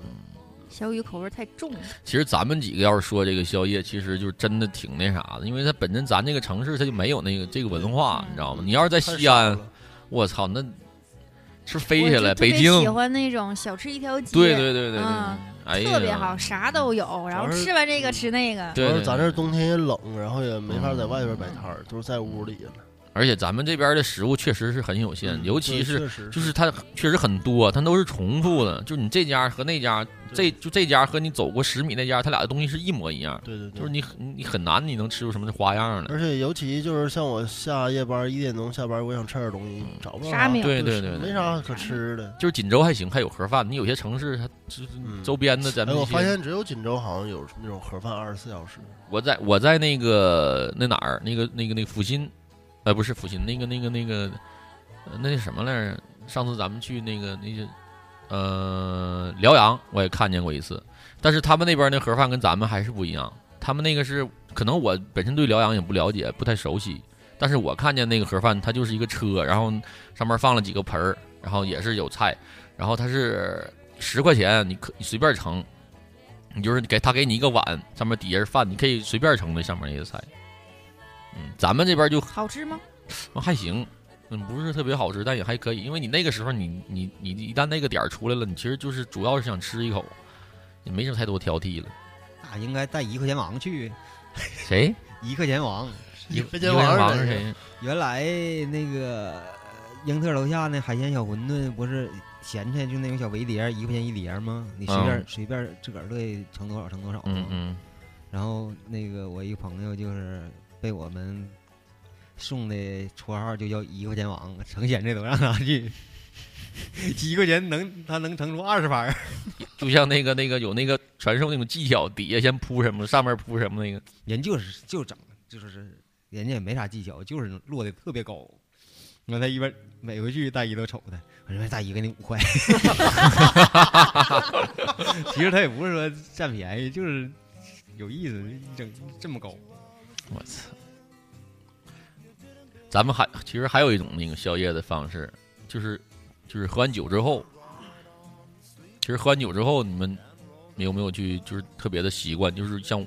S10: 小雨口味儿太重了，
S11: 其实咱们几个要是说这个宵夜，其实就真的挺那啥的，因为它本身咱这个城市它就没有那个这个文化，
S10: 嗯
S11: 你知道吗？你要是在
S9: 太
S11: 西
S9: 少
S11: 安，
S9: 了
S11: 我操，那吃
S10: 我
S11: 飞起
S10: 就
S11: 来，
S10: 特
S11: 北
S10: 别
S11: 京，
S10: 喜欢那种小吃一条街，
S11: 对对对对对，
S10: 嗯
S11: 哎呀，
S10: 特别好，啥都有，然后
S9: 主要是
S10: 吃完这个吃那个。
S9: 主
S11: 对
S9: 要
S11: 对嗯
S9: 是
S11: 对
S9: 咱这冬天也冷，然后也没法在外边摆摊儿，都是在屋里了。嗯
S11: 而且咱们这边的食物确实是很有限，尤其
S9: 对
S11: 是
S9: 确实
S11: 就是它确实很多，它都是重复的，就是你这家和那家，这就这家和你走过十米那家，它俩的东西是一模一样，
S9: 对对对，
S11: 就是你很你很难你能吃出什么花样来。
S9: 而且尤其就是像我下夜班一点钟下班，我想吃点东西，找不着
S10: 啥也没
S11: 嗯
S10: 有
S11: 对对
S9: 对
S11: 对对
S9: 没啥可吃的。
S11: 就是锦州还行，还有盒饭，你有些城市它就是
S9: 嗯
S11: 周边的咱
S9: 哎，
S11: 们
S9: 我
S11: 一些
S9: 发现只有锦州好像有那种盒饭二十四小时，
S11: 我在我在那个那哪儿，那个那个那个阜新，呃，不是阜新，那个那个那个，呃那什么来着？上次咱们去那个那些，呃，辽阳我也看见过一次，但是他们那边那盒饭跟咱们还是不一样，他们那个是可能我本身对辽阳也不了解，不太熟悉，但是我看见那个盒饭，它就是一个车，然后上面放了几个盆儿，然后也是有菜，然后它是十块钱，你可你随便盛，你就是给他给你一个碗，上面底下是饭，你可以随便盛那上面那些菜。嗯，咱们这边就
S10: 好吃吗？
S11: 还行，嗯，不是特别好吃，但也还可以，因为你那个时候你你你一旦那个点儿出来了，你其实就是主要是想吃一口，也没什么太多挑剔了。
S8: 那哎应该带一块钱王去，
S11: 谁？
S8: 一块钱王。
S11: 一
S9: 块钱
S11: 一块钱
S9: 王
S11: 王
S9: 是
S11: 是
S9: 谁
S11: 谁？
S8: 原来那个呃英特楼下那海鲜小馄饨不是咸菜就那种小围碟儿，一块钱一碟儿吗？你随便、
S11: 嗯
S8: 随便自个儿乐意盛多少盛多少嘛。
S11: 嗯嗯，
S8: 然后那个我一个朋友就是被我们送的绰号就叫一块钱王，成显这都让他去， 一块钱能他能盛出二十盘儿。
S11: 就像那个那个有那个传授那种技巧，底下先铺什么，上面铺什么那个。
S8: 人就是就整，就是人家也没啥技巧，就是落的特别高。你看他一边每回去大姨都瞅他，我说哎大姨给你五 块，其实他也不是说占便宜，就是有意思，一整这么高。
S11: 我操！咱们还其实还有一种那个宵夜的方式，就是就是喝完酒之后，其实喝完酒之后，你们有没有去就是特别的习惯？就是像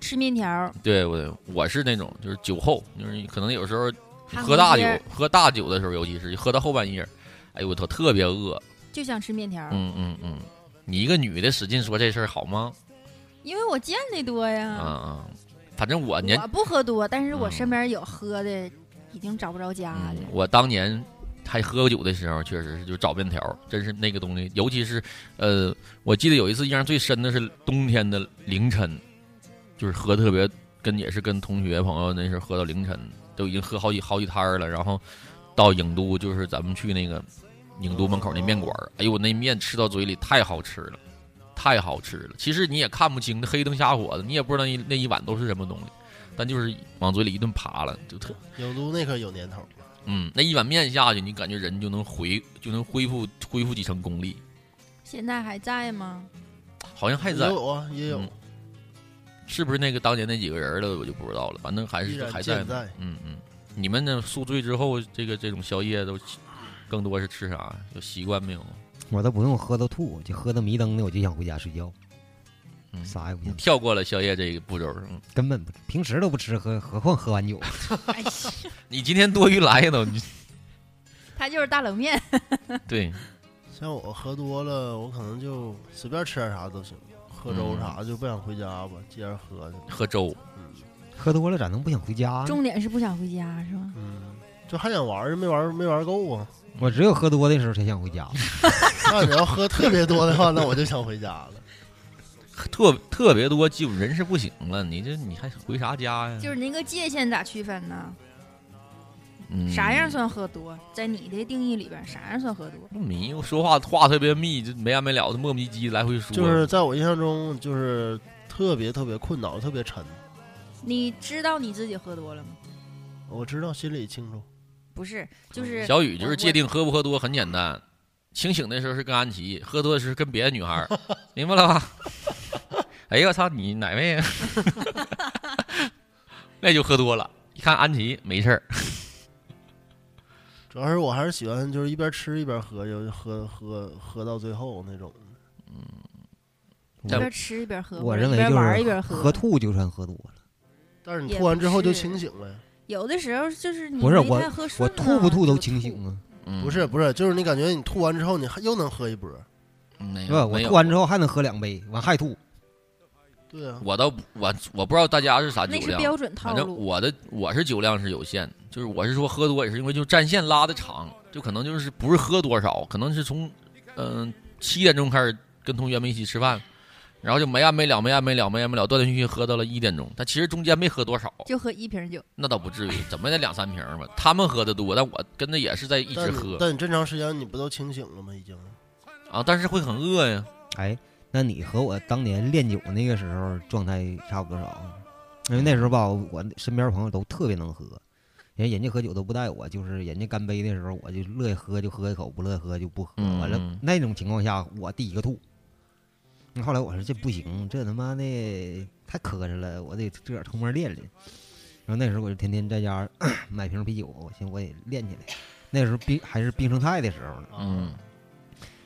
S10: 吃面条儿，
S11: 对我我是那种就是酒后，就是可能有时候
S10: 看
S11: 喝大
S10: 红
S11: 酒
S10: 街儿，
S11: 喝大酒的时候，尤其是喝到后半夜，哎呦我操，特别饿，
S10: 就想吃面条儿，
S11: 嗯嗯嗯，你一个女的使劲说这事儿好吗？
S10: 因为我见的多呀。
S11: 啊啊，反正我年
S10: 我不喝多，但是我
S11: 嗯
S10: 身边有喝的，已经找不着家
S11: 嗯
S10: 了。，
S11: 我当年还喝过酒的时候，确实是就找面条儿，真是那个东西，尤其是呃，我记得有一次印象最深的是冬天的凌晨，就是喝特别跟也是跟同学朋友那时候喝到凌晨，都已经喝好几好几摊儿了，然后到郢都就是咱们去那个郢都门口那面馆儿，哎呦我那面吃到嘴里太好吃了。太好吃了，其实你也看不清，那黑灯瞎火的，你也不知道那一那一碗都是什么东西，但就是往嘴里一顿扒拉，就特
S9: 郢都那可有年头。
S11: 嗯，那一碗面下去，你感觉人就能回，就能恢复恢复几成功力，
S10: 现在还在吗？
S11: 好像还
S9: 也
S11: 在，
S9: 有啊，也有
S11: 嗯，是不是那个当年那几个人了，我就不知道了，反正还
S9: 依
S11: 是
S9: 然
S11: 还在
S9: 健
S11: 呢。
S9: 在。
S11: 嗯嗯，你们呢？宿醉之后，这个这种宵夜都更多是吃啥？有习惯没有？
S8: 我都不用喝到吐，就喝到迷瞪的，我就想回家睡觉，
S11: 嗯，
S8: 啥也不
S11: 你
S8: 想，
S11: 跳过了宵夜这个步骤，嗯，
S8: 根本不平时都不吃，喝何况喝完酒。
S10: 哎呀，
S11: 你今天多余来的， 你
S10: 他就是大冷
S11: 啊
S10: 面，
S11: 对，
S9: 像我喝多了，我可能就随便吃点啥都行，喝
S11: 嗯
S9: 粥啥就不想回家吧，接着喝 去。
S11: 喝粥，
S9: 嗯
S8: 喝多了咋能不想回家呢？
S10: 重点是不想回家是吗？
S9: 嗯，就还想玩儿，没玩儿没玩儿够啊。
S8: 我只有喝多的时候才想回家。
S9: 那你要喝特别多的话，那我就想回家 了。
S11: 特特别多，基本人是不行了，你这你还回啥家呀？
S10: 就是那个界限咋区分呢？
S11: 嗯
S10: 啥样算喝多？在你的定义里边，啥样算喝多？
S11: 不迷，我说话话特别密，就没完没了的磨磨唧唧来回说，
S9: 就是在我印象中，就是特别特别困扰，特别沉。
S10: 你知道你自己喝多了吗？
S9: 我知道心里清楚，
S10: 不是，就是
S11: 小雨就
S10: 我
S11: 是界定喝不喝多很简单，清醒的时候是跟安琪，喝多的时候跟别的女孩 儿，明白了吧？ 哎呀，我操，你哪位啊？ 那就喝多了，一看安琪没事儿，
S9: 主要是我还是喜欢就是一边吃一边喝，就喝喝喝到最后那种。
S10: 一边吃一边喝，
S8: 我认为
S10: 一边
S8: 就
S10: 玩一
S8: 是
S10: 边
S8: 喝吐就算喝多了。
S9: 但是你
S10: 也
S9: 吐完之后就
S10: 不是
S9: 清醒了呀，
S10: 有的时候就是你
S8: 不是
S10: 没太喝
S8: 我
S10: 顺呢
S8: 吐不吐都
S10: 就
S8: 清醒啊，
S11: 嗯
S9: 不是不是，就是你感觉你吐完之后你还又能喝一波。
S11: 没
S8: 是吧？
S11: 有
S8: 我
S11: 没有
S8: 吐完之后还能喝两杯，完还吐，
S9: 对啊，
S11: 我倒不我我不知道大家是啥酒
S10: 那是
S11: 量，
S10: 标准套
S11: 反正
S10: 路。
S11: 我的我是酒量是有限的，就是我是说喝多也是因为就战线拉的长，就可能就是不是喝多少，可能是从嗯七、7点钟开始跟同学们一起吃饭，然后就没完没了没完没了没完没了断断续续喝到了一点钟，但其实中间没喝多少，
S10: 就喝一瓶酒，
S11: 那倒不至于，怎么也得两三瓶儿吧。他们喝的多，但我跟着也是在一直
S9: 但你
S11: 喝
S9: 但你这长时间你不都清醒了吗？已经
S11: 啊，但是会很饿呀。
S8: 哎，那你和我当年练酒那个时候状态差不多少啊？因为那时候吧，我身边朋友都特别能喝，人人家喝酒都不带我，就是人家干杯的时候，我就乐意喝就喝一口，不乐意喝就不喝。
S11: 嗯
S8: 完了那种情况下，我第一个吐。后来我说这不行，这他妈的太磕碜了，我得自个儿偷摸练练。然后那时候我就天天在家 买瓶啤酒，我寻思我得练起来。那时候冰还是冰生态的时候呢，
S11: 嗯，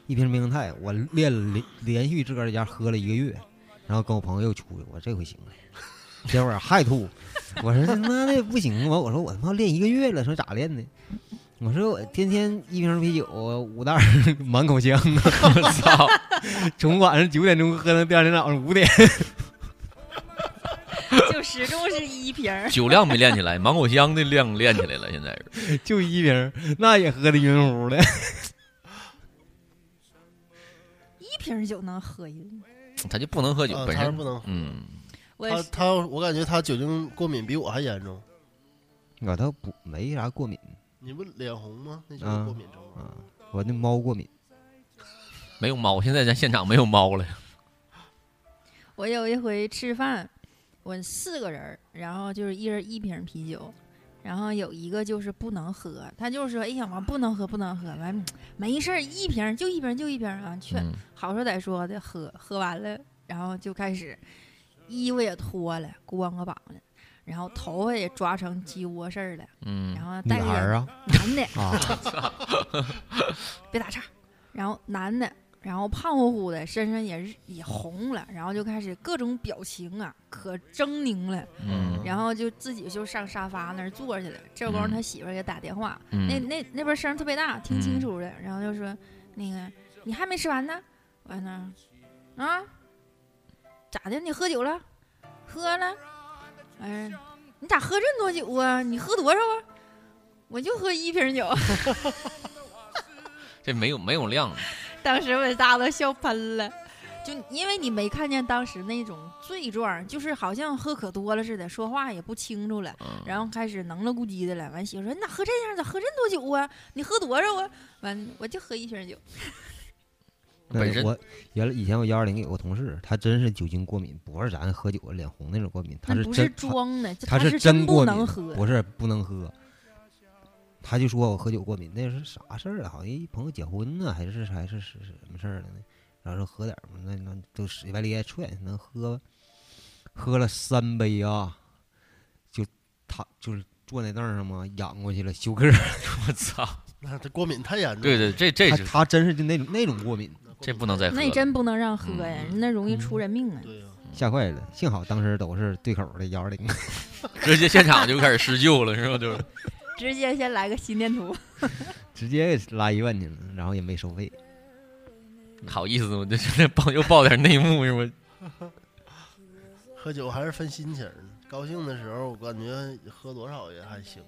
S8: 一瓶冰态，我练了连连续自个儿在家喝了一个月，然后跟我朋友又出去，我这回行 了，结果还吐，我说他妈的不行啊！我说我他妈练一个月了，说咋练的？我说我天天一瓶啤酒五袋儿满口香，啊
S11: 我操！。
S8: 从晚上九点钟喝到第二天早上五点，
S10: 就始终是一瓶儿
S11: 酒量没练起来，芒果香的量练起来了，现在是。
S8: 就一瓶，那也喝的晕 乎的。
S10: 一瓶酒能喝一，
S11: 他就不能喝酒，
S9: 啊
S11: 本
S9: 他是
S11: 身
S9: 不能，
S11: 嗯，
S10: 我也
S9: 他
S10: 是
S9: 他我感觉他酒精过敏比我还严重。
S8: 我倒不没啥过敏
S9: 你不脸红吗？那就是
S8: 啊
S9: 过敏症啊。
S8: 啊，我那猫过敏。
S11: 没有猫，现在咱现场没有猫了。
S10: 我有一回吃饭，我四个人儿，然后就是一人一瓶啤酒，然后有一个就是不能喝，他就是说，哎呀妈，不能喝，不能喝，完没事儿，一瓶儿就一瓶儿就一瓶儿啊，劝、
S11: 嗯，
S10: 好说歹说的喝，喝完了，然后就开始衣服也脱了，光个膀子，然后头发也抓成鸡窝似儿的，然
S11: 嗯，
S10: 后
S8: 女
S10: 戴着
S8: 孩
S10: 眼
S8: 儿啊
S10: 男的，
S8: 啊，
S10: 别打岔。然后男的，然后胖乎乎的，身上也是也红了，然后就开始各种表情啊，可狰狞了。
S11: 嗯
S10: 然后就自己就上沙发那儿坐去了。这功夫
S11: 嗯
S10: 他媳妇儿给打电话，那
S11: 嗯，
S10: 那那边声儿特别大，听清楚了。然后就说那个你还没吃完呢，完了啊，咋的？你喝酒了？喝了？嗯、你咋喝这么多酒啊？你喝多少啊？我就喝一瓶酒。
S11: 这没有没有量，
S10: 当时我大家都笑喷了，就因为你没看见当时那种醉状，就是好像喝可多了似的，说话也不清楚了，
S11: 嗯，
S10: 然后开始能了咕叽的了。完媳妇说：“你咋喝这样？咋喝这么多酒啊？你喝多少啊？”完我就喝一瓶酒，
S8: 那
S11: 本身
S8: 我原来以前我幺二零有个同事，他真是酒精过敏，不是咱喝酒脸红那种过敏，他
S10: 那
S8: 是
S10: 不
S8: 真
S10: 装的，就
S8: 他
S10: 他
S8: 是
S10: 真
S8: 过
S10: 不
S8: 敏
S10: 能，喝。
S8: 不是不能喝。他就说我喝酒过敏，那是啥事儿啊？好像一朋友结婚呢，还是还是是是什么事儿了呢？然后说喝点儿吧，那那都死白咧咧踹，能喝吧，喝了三杯啊，就他就是坐那凳儿上嘛，仰过去了，休克。
S11: 我操！
S9: 那这啊过敏太严重。
S11: 对对，，这这
S8: 他
S11: 是
S8: 他真是就那种那种过敏，
S11: 这不能再喝
S10: 那
S11: 了
S10: 你。真不能让喝呀，
S11: 嗯
S10: 那容易出人命
S8: 嗯
S10: 啊！
S9: 对呀、
S8: 吓坏了。幸好当时都是对口的幺二零。
S11: 直接现场就开始施救了，是吧？就是
S10: 直接先来个心电图，
S8: 直接给拉医院去了，然后也没收费。
S11: 好意思吗？这这爆又爆点内幕是吧？
S9: 喝酒还是分心情儿呢。高兴的时候，我感觉喝多少也还行。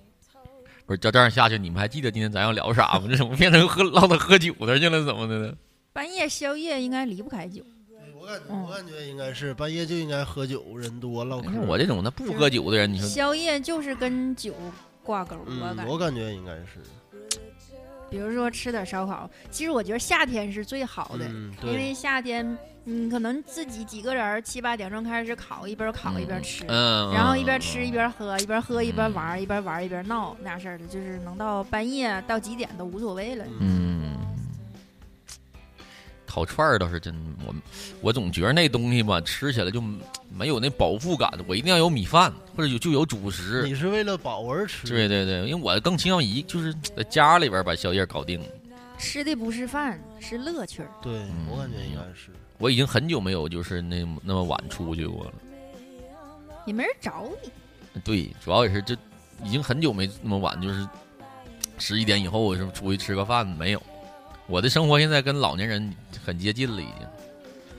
S11: 不是，照这样下去，你们还记得今天咱要聊啥吗？这怎么变成喝唠到喝酒那儿去了？怎么的呢？
S10: 半夜宵夜应该离不开酒。
S9: 我感
S10: 嗯
S9: 我感觉应该是半夜就应该喝酒，人多唠嗑。
S11: 像哎我这种他不喝酒的人，你
S8: 嗯
S11: 说
S10: 宵夜就是跟酒挂钩，我
S9: 嗯，
S10: 感觉。
S9: 我感觉应该是。
S10: 比如说吃点烧烤，其实我觉得夏天是最好的，
S9: 嗯，
S10: 因
S9: 对。
S10: 为夏天你可能自己几个人儿七八点钟开始烤，一边烤一边吃，
S11: 嗯，
S10: 然后一边
S11: 嗯
S10: 吃一边喝，一边喝一边玩儿，一边玩儿一边闹那事儿的，就是能到半夜到几点都无所谓了。
S9: 嗯，
S11: 嗯，烤串儿倒是真，我我总觉得那东西吧，吃起来就没有那饱腹感。我一定要有米饭，或者有就有主食。
S9: 你是为了饱而吃。
S11: 对对对，因为我更倾向于一就是在家里边儿把宵夜搞定。
S10: 吃的不是饭，是乐趣儿。
S9: 对
S11: 嗯
S9: 我感觉应该是。
S11: 我已经很久没有就是那那么晚出去过了。
S10: 也没人找你，
S11: 对，主要也是这已经很久没那么晚，就是十一点以后是出去吃个饭没有。我的生活现在跟老年人很接近了，已经。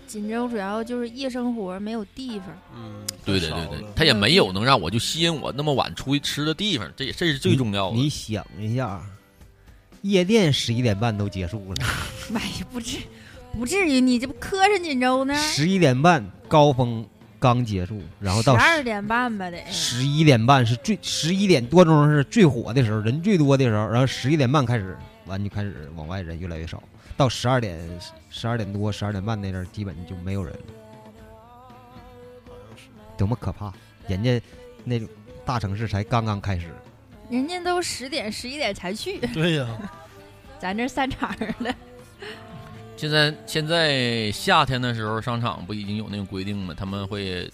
S10: 锦州主要就是夜生活没有地方，
S9: 嗯，
S11: 对对
S9: 太
S11: 对
S9: 少
S11: 对
S9: 了，
S10: 嗯
S11: 他也没有能让我就吸引我那么晚出去吃的地方，这也这是最重要的。
S8: 你想一下，夜店十一点半都结束了，
S10: 哎呀， 不至不至于，你这不磕碜锦州呢？
S8: 十一点半高峰刚结束，然后到
S10: 十二点半吧得。
S8: 十一点半是最十一点多钟是最火的时候，人最多的时候，然后十一点半开始，完就开始往外人越来越少，到十二点十二点多十二点半那阵儿基本就没有人了，
S9: 好像是
S8: 多么可怕！人家那种大城市才刚刚开始，
S10: 人家都十点十一点才去，
S9: 对呀、
S10: 咱这散场儿了。
S11: 现在现在夏天的时候，商场不已经有那个规定吗？他们会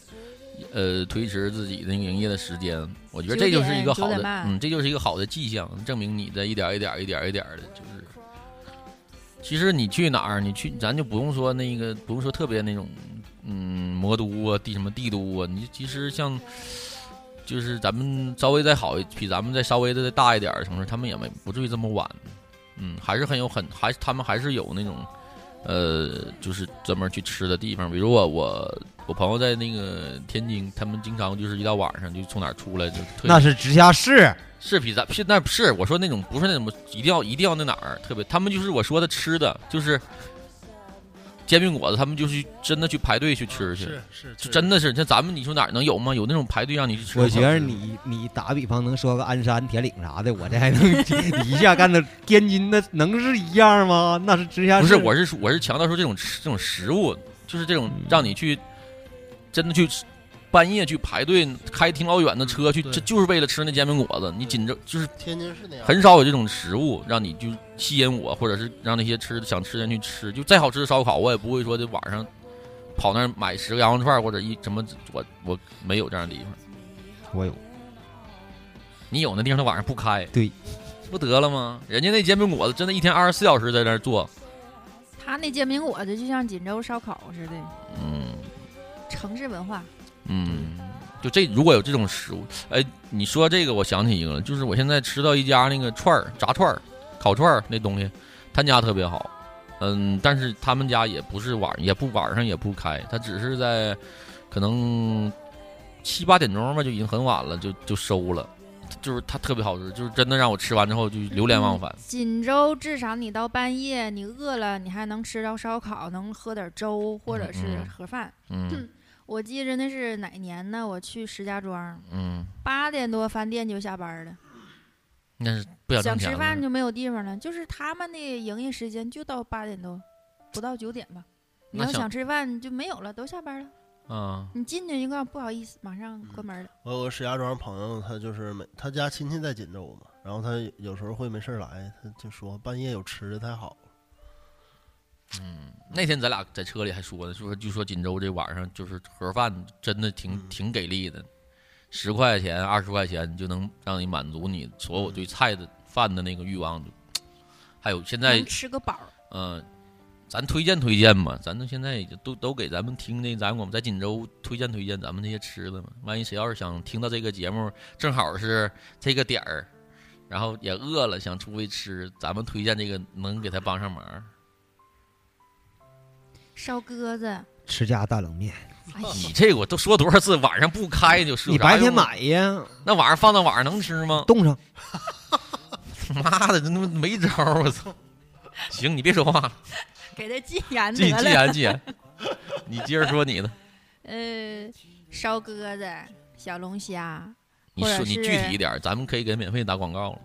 S11: 呃推迟自己的营业的时间。我觉得这就是一个
S10: 九点
S11: 好
S10: 九点
S11: 的，
S10: 半
S11: 嗯，这就是一个好的迹象，证明你在一点儿一点儿一点儿一点的，就是其实你去哪儿，你去咱就不用说那个，不用说特别那种，嗯，魔都啊，地什么帝都啊，你其实像。就是咱们稍微再好，比咱们再稍微的再大一点儿的城市，他们也没不至于这么晚，嗯，还是很有很还他们还是有那种呃，就是专门去吃的地方。比如我我我朋友在那个天津，他们经常就是一到晚上就从哪儿出来就特
S8: 那是直辖市，啊
S11: 是比咱是那是我说那种不是那种一定要一定要那哪儿特别，他们就是我说的吃的，就是煎饼果子，他们就是真的去排队去吃去。
S9: 是是，
S11: 就真
S9: 的
S11: 的是，像咱们你说哪儿能有吗？有那种排队让你去吃的
S8: 我
S11: 吗？
S8: 觉得你你打比方能说个鞍山、铁岭啥的，我这还能 你一下干到天津，那能是一样吗？那是直辖市，
S11: 不是，我是说我是强调说这种吃这种食物，就是这种让你去真的去吃半夜去排队开挺老远的车去，
S9: 对
S11: 这就是为了吃那煎饼果子。你锦州就是
S9: 天津是那样，
S11: 很少有这种食物让你就吸引我，或者是让那些吃想吃的人去吃。就再好吃的烧烤，我也不会说这晚上跑那儿买十个羊肉串儿或者一什么，我我没有这样的地方。
S8: 我有
S11: 你有那地方，他晚上不开，
S8: 对，
S11: 不得了吗？人家那煎饼果子真的一天二十四小时在那儿做，
S10: 他那煎饼果子就像锦州烧烤似的，
S11: 嗯。
S10: 城市文化。
S11: 嗯，就这如果有这种食物，哎，你说这个我想起一个了，就是我现在吃到一家那个串儿炸串儿、烤串儿那东西，他家特别好，嗯，但是他们家也不是晚也不晚上也不开，他只是在可能七八点钟吧，就已经很晚了，就就收了。就是它特别好吃，就是真的让我吃完之后就流连忘返。
S10: 锦州至少你到半夜，你饿了，你还能吃到烧烤，能喝点粥或者是
S11: 嗯嗯
S10: 盒饭。
S11: 嗯
S10: 我记着那是哪年呢？我去石家庄，
S11: 嗯，
S10: 八点多饭店就下班了，
S11: 那是不想
S10: 想
S11: 挣
S10: 吃
S11: 钱
S10: 饭
S11: 了。
S10: 就没有地方了。就是他们的营业时间就到八点多，不到九点吧。你
S11: 那
S10: 要
S11: 想
S10: 想吃饭就没有了，都下班了。
S11: 啊，
S10: 你进去一个不好意思，马
S11: 嗯
S10: 上关门了。
S9: 我有个石家庄朋友，他就是每他家亲戚在锦州嘛，然后他有时候会没事儿来，他就说半夜有吃的太好了。
S11: 那天咱俩在车里还说呢，就说就说锦州这晚上就是盒饭真的挺
S9: 嗯
S11: 挺给力的，十块钱二十块钱就能让你满足你所有对菜的饭的那个欲望。还有现在
S10: 能，吃个饱，
S11: 嗯、咱推荐推荐嘛，咱都现在都都给咱们听的，咱我们在锦州推荐推荐咱们这些吃的嘛。万一谁要是想听到这个节目，正好是这个点儿，然后也饿了想出去吃，咱们推荐这个能给他帮上忙。
S10: 烧 鸽子。
S8: 吃家大冷面，
S10: 哎呀，
S11: 你这我都说多少次，晚上不开就是
S8: 你白天，买呀，
S11: 啊那晚上放到晚上能吃吗？
S8: 冻上。
S11: 妈的，这他妈没招儿，我操！行，你别说话了，
S10: 给他禁言
S11: 既
S10: 得
S11: 既
S10: 了。
S11: 然既 然，你接着说你的，
S10: 呃，烧鸽子、小龙虾，
S11: 你
S10: 或
S11: 说
S10: 者
S11: 你
S10: 是
S11: 具体一点儿，咱们可以给免费打广告了。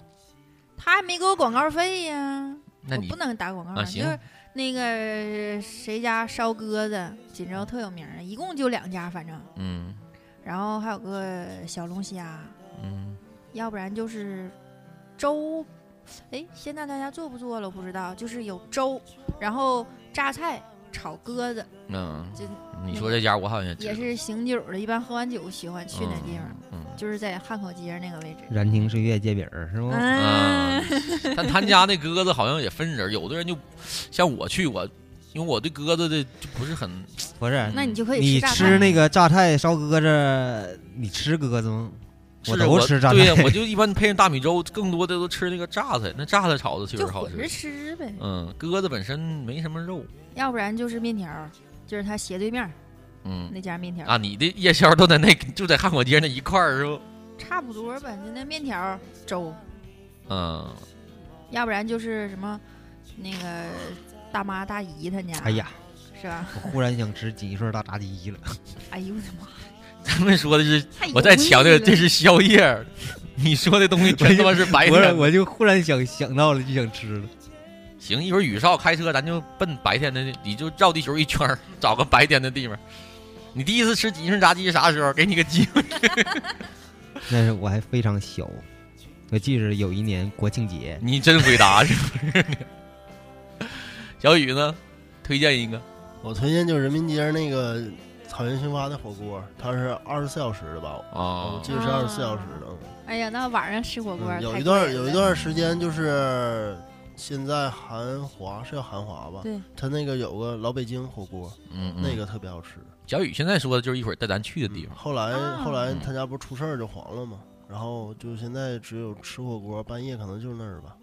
S10: 他还没给我广告费呀、
S11: 那
S10: 我
S11: 你
S10: 不能打广告、
S11: 啊
S10: 就
S11: 行
S10: 是那个谁家烧鸽子，锦州特有名儿，一共就两家，反正，
S11: 嗯
S10: 然后还有个小龙虾，
S11: 嗯，
S10: 要不然就是粥，哎，现在大家做不做了我不知道，就是有粥，然后榨菜。炒鸽子
S11: 嗯
S10: 就，
S11: 你说这家我好像知
S10: 也
S11: 道
S10: 是醒酒的，一般喝完酒喜欢去那地方，
S11: 嗯，
S10: 就是在汉口街那个位置。
S8: 燃情岁月煎饼儿是吗？
S11: 嗯
S10: 嗯，
S11: 但他家那鸽子好像也分人儿，有的人就像我去我，因为我对鸽子的就不是很，
S8: 不是，
S10: 那你就可以
S8: 你
S10: 吃榨
S8: 吃
S10: 菜。
S8: 那个榨菜烧鸽子，你吃鸽子吗？我
S11: 是
S8: 都吃榨菜
S11: 对呀，我就一般配上大米粥，更多的都吃那个榨菜，那榨菜炒的确嗯
S10: 就
S11: 实好
S10: 混着
S11: 吃。
S10: 吃呗，
S11: 嗯，鸽子本身没什么肉，
S10: 要不然就是面条儿，就是他斜对面儿
S11: 嗯
S10: 那家面条儿，
S11: 啊，你的夜宵都在那就在汉口街那一块儿是不？
S10: 差不多吧，就那面条儿粥，
S11: 嗯，
S10: 要不然就是什么那个大妈大姨他家，
S8: 哎，呀，
S10: 是吧？
S8: 我忽然想吃锦衣顺大炸鸡了。
S10: 哎呦我的妈！
S11: 他们说的是，
S10: 太
S11: 我再
S10: 油腻
S11: 强调，
S10: 了
S11: 这是宵夜，你说的东西全他妈是白
S8: 我
S11: 天。
S8: 我就忽然想想到了，就想吃 了。
S11: 行，一会儿宇少开车，咱就奔白天的地，你就绕地球一圈儿，找个白天的地方。你第一次吃锦顺炸鸡是啥时候？给你个机会。
S8: 那时候我还非常小，我记着有一年国庆节，
S11: 你真回答是不是？ 小雨呢？推荐一个，
S9: 我推荐就是人民街那个草原新发的火锅，它是二十四小时的吧？
S11: 哦
S9: 我记得是二十四小时的。
S10: 哎呀，那晚上吃火锅、
S9: 嗯
S10: 太
S9: 有
S10: 贵
S9: 一段
S10: 了
S9: 有一段时间就是现在韩华是叫韩华吧？
S10: 对，
S9: 它那个有个老北京火锅，
S11: 嗯，嗯
S9: 那个特别好吃。
S11: 小雨现在说的就是一会儿带咱去的地方。
S9: 后来
S10: 啊
S9: 后来
S11: 嗯
S9: 他家不是出事儿就黄了嘛，然后就现在只有吃火锅，半夜可能就是那儿吧。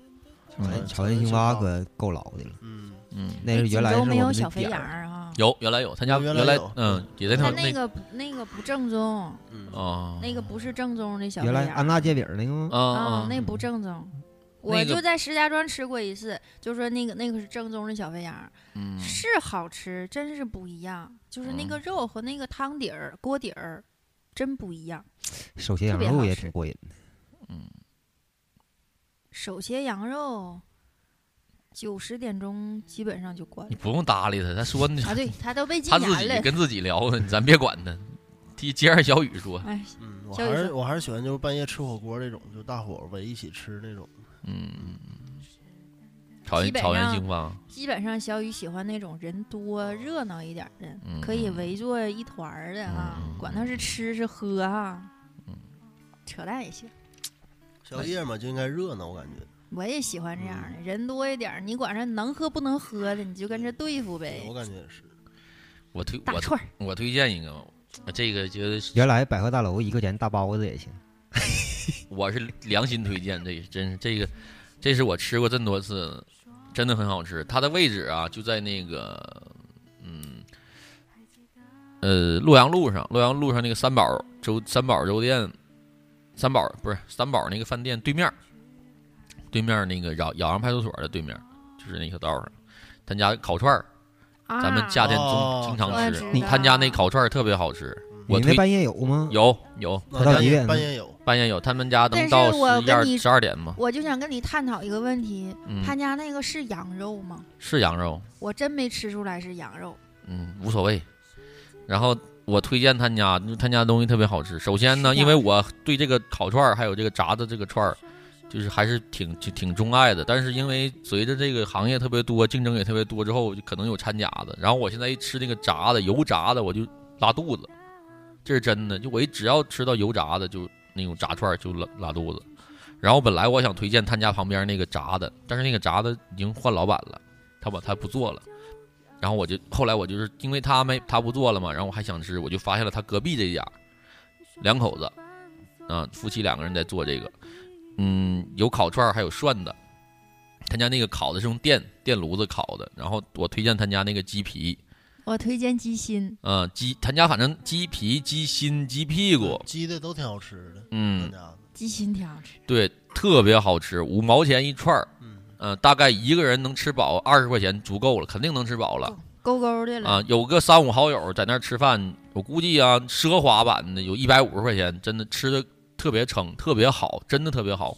S9: 呃
S8: 哎草原青蛙可够老的了。
S9: 嗯，
S11: 嗯，
S8: 那是
S10: 哎
S8: 原来是
S10: 锦州
S8: 我
S10: 没有
S8: 们
S10: 小
S8: 的
S10: 肥
S8: 点
S10: 羊
S8: 儿。
S10: 儿啊，
S11: 有原来有，他家
S9: 哦原来
S11: 原来
S9: 有
S11: 嗯也在那
S10: 他
S11: 儿
S10: 那个不那个不正宗，
S9: 嗯
S11: 哦
S10: 那个不是正宗的小肥
S8: 原来
S10: 羊
S8: 安
S10: 儿
S8: 娜煎饼那个吗？
S11: 啊
S10: 啊
S11: 啊，
S10: 那不正宗。我
S11: 那个
S10: 就在石家庄吃过一次，就说那个那个是正宗的小肥羊儿，
S11: 嗯
S10: 是好吃，真是不一样。就是那个
S11: 嗯
S10: 肉和那个汤底儿、锅底儿，真不一样。
S8: 手切羊
S10: 特别
S8: 肉
S10: 好
S8: 也
S10: 吃
S8: 挺过瘾的。
S11: 嗯
S10: 手切羊肉，九十点钟基本上就关
S11: 你
S10: 了
S11: 不用搭理他，他说你
S10: 啊。对，他都被禁
S11: 他自己
S10: 言了。
S11: 跟自己聊呢，咱别管他。接接着小雨说，
S10: 哎，
S9: 嗯，我
S10: 小雨
S9: 还是
S10: 说
S9: 我还是喜欢就是半夜吃火锅这种，就大伙儿围一起吃那种。
S11: 嗯，草
S10: 基
S11: 原
S10: 本
S11: 草原
S10: 上
S11: 星吧，
S10: 基本上小雨喜欢那种人多热闹一点儿的，
S11: 嗯
S10: 可以围坐一团儿的啊，
S11: 嗯嗯
S10: 管他是吃是喝啊，
S11: 嗯
S10: 扯淡也行。
S9: 宵夜嘛就应该热闹，我感觉。
S10: 我也喜欢这样
S11: 嗯
S10: 的，人多一点儿，你管上能喝不能喝的，你就跟着对付呗
S9: 对，。我感觉也是。
S11: 我推
S10: 大
S11: 嗯我
S10: 串儿，
S11: 我推荐一个吧，这个觉得是
S8: 原来百货大楼一块钱大包子也行。
S11: 我是良心推荐，这真是这个，这是我吃过这么多次，真的很好吃。它的位置啊，就在那个，嗯，呃，洛阳路上，洛阳路上那个三宝粥三宝粥店，三宝不是三宝那个饭店对面儿，对面儿那个咬咬羊派出所的对面儿，就是那条道上，他家烤串儿，
S10: 啊、
S11: 咱们夏天经、
S9: 哦
S11: 经常
S10: 我
S11: 吃
S10: 知，
S11: 他家那
S10: 道
S11: 烤串儿特别好吃，我
S8: 你那
S11: 推
S8: 半夜有吗？
S11: 有有
S9: 那
S8: 到
S9: 半
S8: 几
S9: 夜
S8: 点
S9: 半
S8: 呢
S9: 夜有，
S11: 半夜有，他们家能
S10: 但
S11: 到
S10: 是我
S11: 十一
S10: 跟
S11: 二
S10: 你
S11: 十二点吗？
S10: 我就想跟你探讨一个问题，
S11: 嗯，
S10: 他家那个是羊肉吗？
S11: 是羊肉，
S10: 我真没吃出来是羊肉。
S11: 嗯，无所谓。然后我推荐他家，因为他家东西特别好吃。首先呢，
S10: 是的啊
S11: 因为我对这个烤串儿还有这个炸的这个串儿，就是还是挺挺挺钟爱的。但是因为随着这个行业特别多，竞争也特别多之后，就可能有掺假的。然后我现在一吃那个炸的油炸的，我就拉肚子，这是真的。就我一只要吃到油炸的，就那种炸串儿就拉拉肚子。然后本来我想推荐他家旁边那个炸的，但是那个炸的已经换老板了，他把他不做了。然后我就后来我就是因为他没他不做了嘛，然后我还想吃，我就发现了他隔壁这家，两口子，啊，夫妻两个人在做这个，嗯，有烤串儿还有涮的，他家那个烤的是用电电炉子烤的，然后我推荐他家那个鸡皮，
S10: 我推荐鸡心，
S11: 啊，鸡他家反正鸡皮、鸡心、鸡屁股，
S9: 鸡的都挺好吃的。他
S11: 嗯，
S9: 家的，
S10: 鸡心挺好吃。
S11: 对，特别好吃，五毛钱一串儿，
S9: 嗯，
S11: 嗯、大概一个人能吃饱二十块钱足够了，肯定能吃饱了。
S10: 勾勾的了。
S11: 啊，有个三五好友在那儿吃饭，我估计啊，奢华版的有一百五十块钱，真的吃的特别撑，特别好，真的特别好。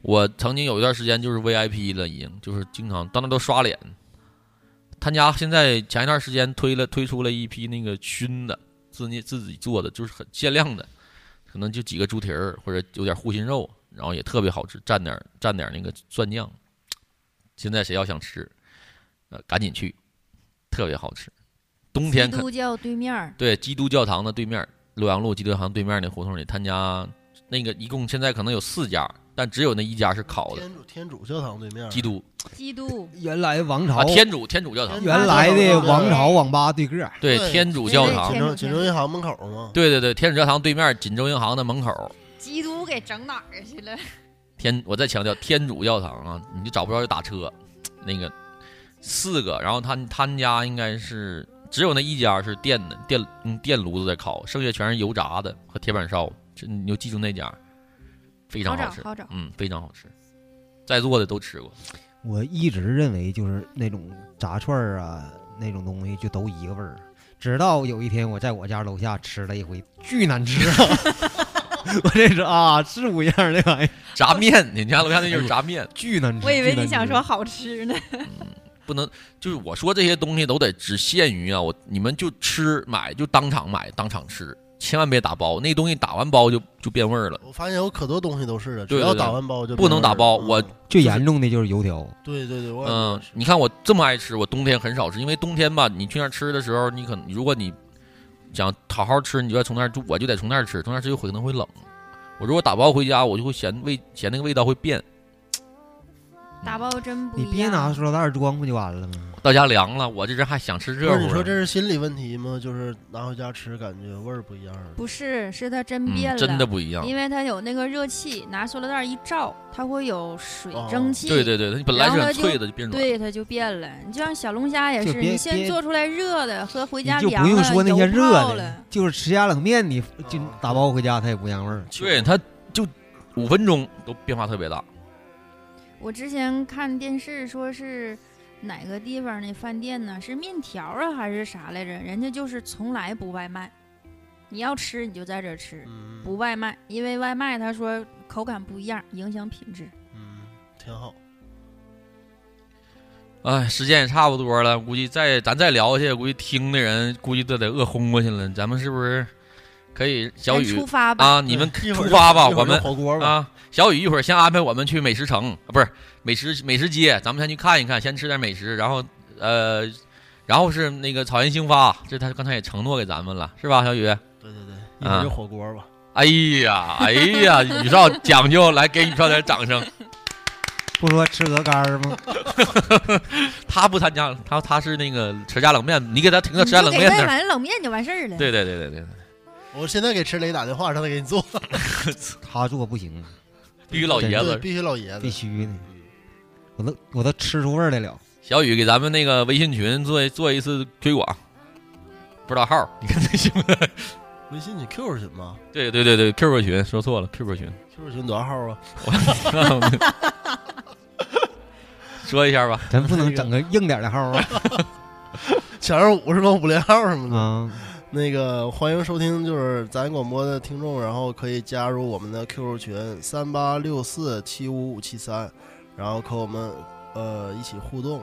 S11: 我曾经有一段时间就是 VIP 了，已经就是经常到那都刷脸。他家现在前一段时间推了推出了一批那个熏的，自己自己做的，就是很限量的，可能就几个猪蹄儿或者有点护心肉，然后也特别好吃，蘸点儿蘸点儿那个蒜酱。现在谁要想吃，呃，赶紧去，特别好吃。冬天
S10: 基
S11: 肯
S10: 督教对面儿
S11: 对基督教堂的对面儿，洛阳路基督教堂对面儿那胡同里，他家那个一共现在可能有四家，但只有那一家是烤的。
S9: 天主天主教堂对面儿，
S11: 基督
S10: 基督
S8: 原来王朝
S11: 啊，天主天主教堂，
S8: 原来的王朝网吧对个儿，
S11: 对
S9: 对
S11: 天主教
S10: 对
S11: 堂
S9: 锦
S10: 天，主
S9: 州锦州银行门口嘛。
S11: 对对对，天主教堂对面儿锦州银行的门口儿，
S10: 基督给整哪儿去了？
S11: 天，我再强调天主教堂啊，你就找不着就打车，那个四个，然后他他们家应该是只有那一家是电的电用电炉子在烤，剩下全是油炸的和铁板烧。这你就记住那家，非常
S10: 好找
S11: 吃，
S10: 好找
S11: 嗯，非常好吃，在座的都吃过。
S8: 我一直认为就是那种炸串儿啊，那种东西就都一个味儿。直到有一天我在我家楼下吃了一回，巨难 吃啊！我这是啊，是五样儿那玩意儿，
S11: 炸面，你家楼下那就是炸面，
S8: 巨难吃。
S10: 我以为
S8: 巨难吃
S10: 你想说好吃呢，
S11: 不能就是我说这些东西都得只限于啊，我你们就吃买就当场买当场吃，千万别打包，那东西打完包就就变味儿了。
S9: 我发现有可多东西都是的，只
S11: 对
S9: 要
S11: 对
S9: 打
S11: 对
S9: 完包就
S11: 不
S9: 变味
S11: 能
S9: 儿
S11: 打包
S9: 了
S11: 我
S9: 嗯
S8: 最严重的就是油条，
S9: 对对对，我也
S11: 嗯
S9: 是，
S11: 你看我这么爱吃，我冬天很少吃，因为冬天吧，你去那儿吃的时候，你可能如果你想好好吃，你就要从那儿，就我就得从那儿吃，从那儿吃就可能会冷。我如果打包回家，我就会嫌味嫌那个味道会变，
S10: 打包真不一
S8: 你
S10: 样。
S8: 别拿塑料袋装不就完了吗？
S11: 到家凉了，我这人还想吃
S9: 不
S11: 热
S9: 是
S11: 乎
S9: 你
S11: 呢。
S9: 说这是心理问题吗？就是拿回家吃，感觉味儿不一样了。
S10: 不是，是它真
S11: 嗯，
S10: 变了，
S11: 真的不一样。
S10: 因为它有那个热气，拿塑料袋一罩，它会有水
S9: 哦
S10: 蒸气，
S11: 对对对，你本来是很脆的，就变软。
S10: 对，它就变了。你就像小龙虾也，
S8: 就是别
S10: 你先
S8: 别
S10: 做出来热的，喝回
S8: 你
S10: 家
S8: 就
S10: 凉
S8: 不
S10: 了，
S8: 用说那些
S10: 油
S8: 热
S10: 泡
S8: 的
S10: 了，，
S8: 就是吃家冷面，你就
S9: 啊
S8: 打包回家它也不让味儿。
S11: 对，它就五分钟都变化特别大。
S10: 我之前看电视说是哪个地方的饭店呢？是面条啊还是啥来着？人家就是从来不外卖，你要吃你就在这儿吃，
S9: 嗯，
S10: 不外卖，因为外卖他说口感不一样，影响品质。
S9: 嗯，挺好。
S11: 哎，时间也差不多了，估计再咱再聊下去，估计听的人估计都得饿昏过去了。咱们是不是可以小
S10: 咱
S11: 雨
S10: 出发吧，
S11: 啊？你们
S9: 一
S11: 出
S9: 会儿就
S11: 发吧，
S9: 一会
S11: 我
S9: 儿就
S11: 们
S9: 火锅吧。
S11: 啊，小雨一会儿先安排我们去美食城，啊、不是美食美食街，咱们先去看一看，先吃点美食，然后呃，然后是那个草原兴发，这他刚才也承诺给咱们了，是吧，小雨？
S9: 对对对，一会
S11: 啊
S9: 儿就火锅吧。
S11: 哎呀，哎呀，宇少讲究，来给宇少点掌声。
S8: 不说吃鹅肝儿吗？
S11: 他不参加，他他是那个吃家冷面，你给他停到
S10: 你
S11: 吃家
S10: 就
S11: 冷
S10: 给
S11: 面
S10: 外
S11: 那儿。
S10: 卖冷面就完事儿了。
S11: 对对对对对，
S9: 我现在给池磊打电话，让他给你做。
S8: 他做不行，
S11: 必须老爷
S9: 对
S11: 子。
S9: 必须老爷
S8: 必
S9: 子。
S8: 须的。我都我都吃出味儿来了。
S11: 小雨给咱们那个微信群做做一次推广，不知道号，你看这行不？
S9: 微信你 QQ 群吗
S11: 对对对对，QQ 群说错了，QQ 群，
S9: ？QQ 群多少号啊？
S11: 说一下吧。
S8: 咱不能整个硬点儿的号啊
S9: 前二五是吗？五连号什么的。
S8: 啊！
S9: 那个欢迎收听，就是咱广播的听众，然后可以加入我们的 QQ 群三八六四七五五七三，然后和我们呃一起互动，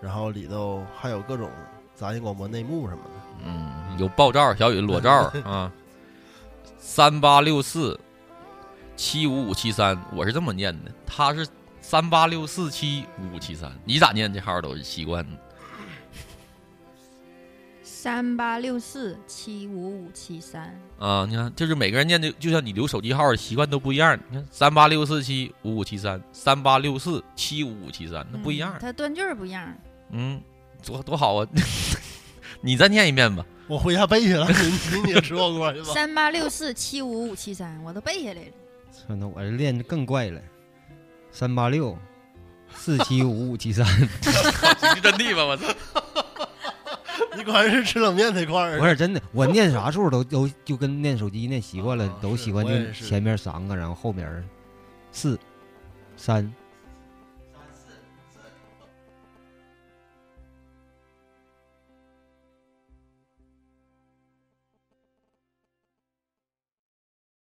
S9: 然后里头还有各种杂音广播内幕什么的。
S11: 嗯，有爆照，小雨裸照啊，三八六四七五五七三，我是这么念的，他是三八六四七五五七三，你咋念这号都是习惯的。
S10: 三八六四七五五七三，
S11: 啊，你看，就是每个人念的，就像你留手机号的习惯都不一样。你看，三八六四七五五七三，三八六四七五五七三，那不一样
S10: 嗯。它断句儿不一样。
S11: 嗯，多多好啊！ 你再念一遍吧。
S9: 我回家背去了，你 你也吃火锅去吧。
S10: 三八六四七五五七三，我都背下来了。
S8: 操那我这练的更怪了，三八六四七五五七三，
S11: 是真地吧？我操！
S9: 你果然是吃冷面那块儿
S8: 不。是真的，我念啥数都都就跟念手机念习惯了
S9: 啊，
S8: 都
S9: 是
S8: 喜欢
S9: 我也
S8: 就是前面三个，然后后面四三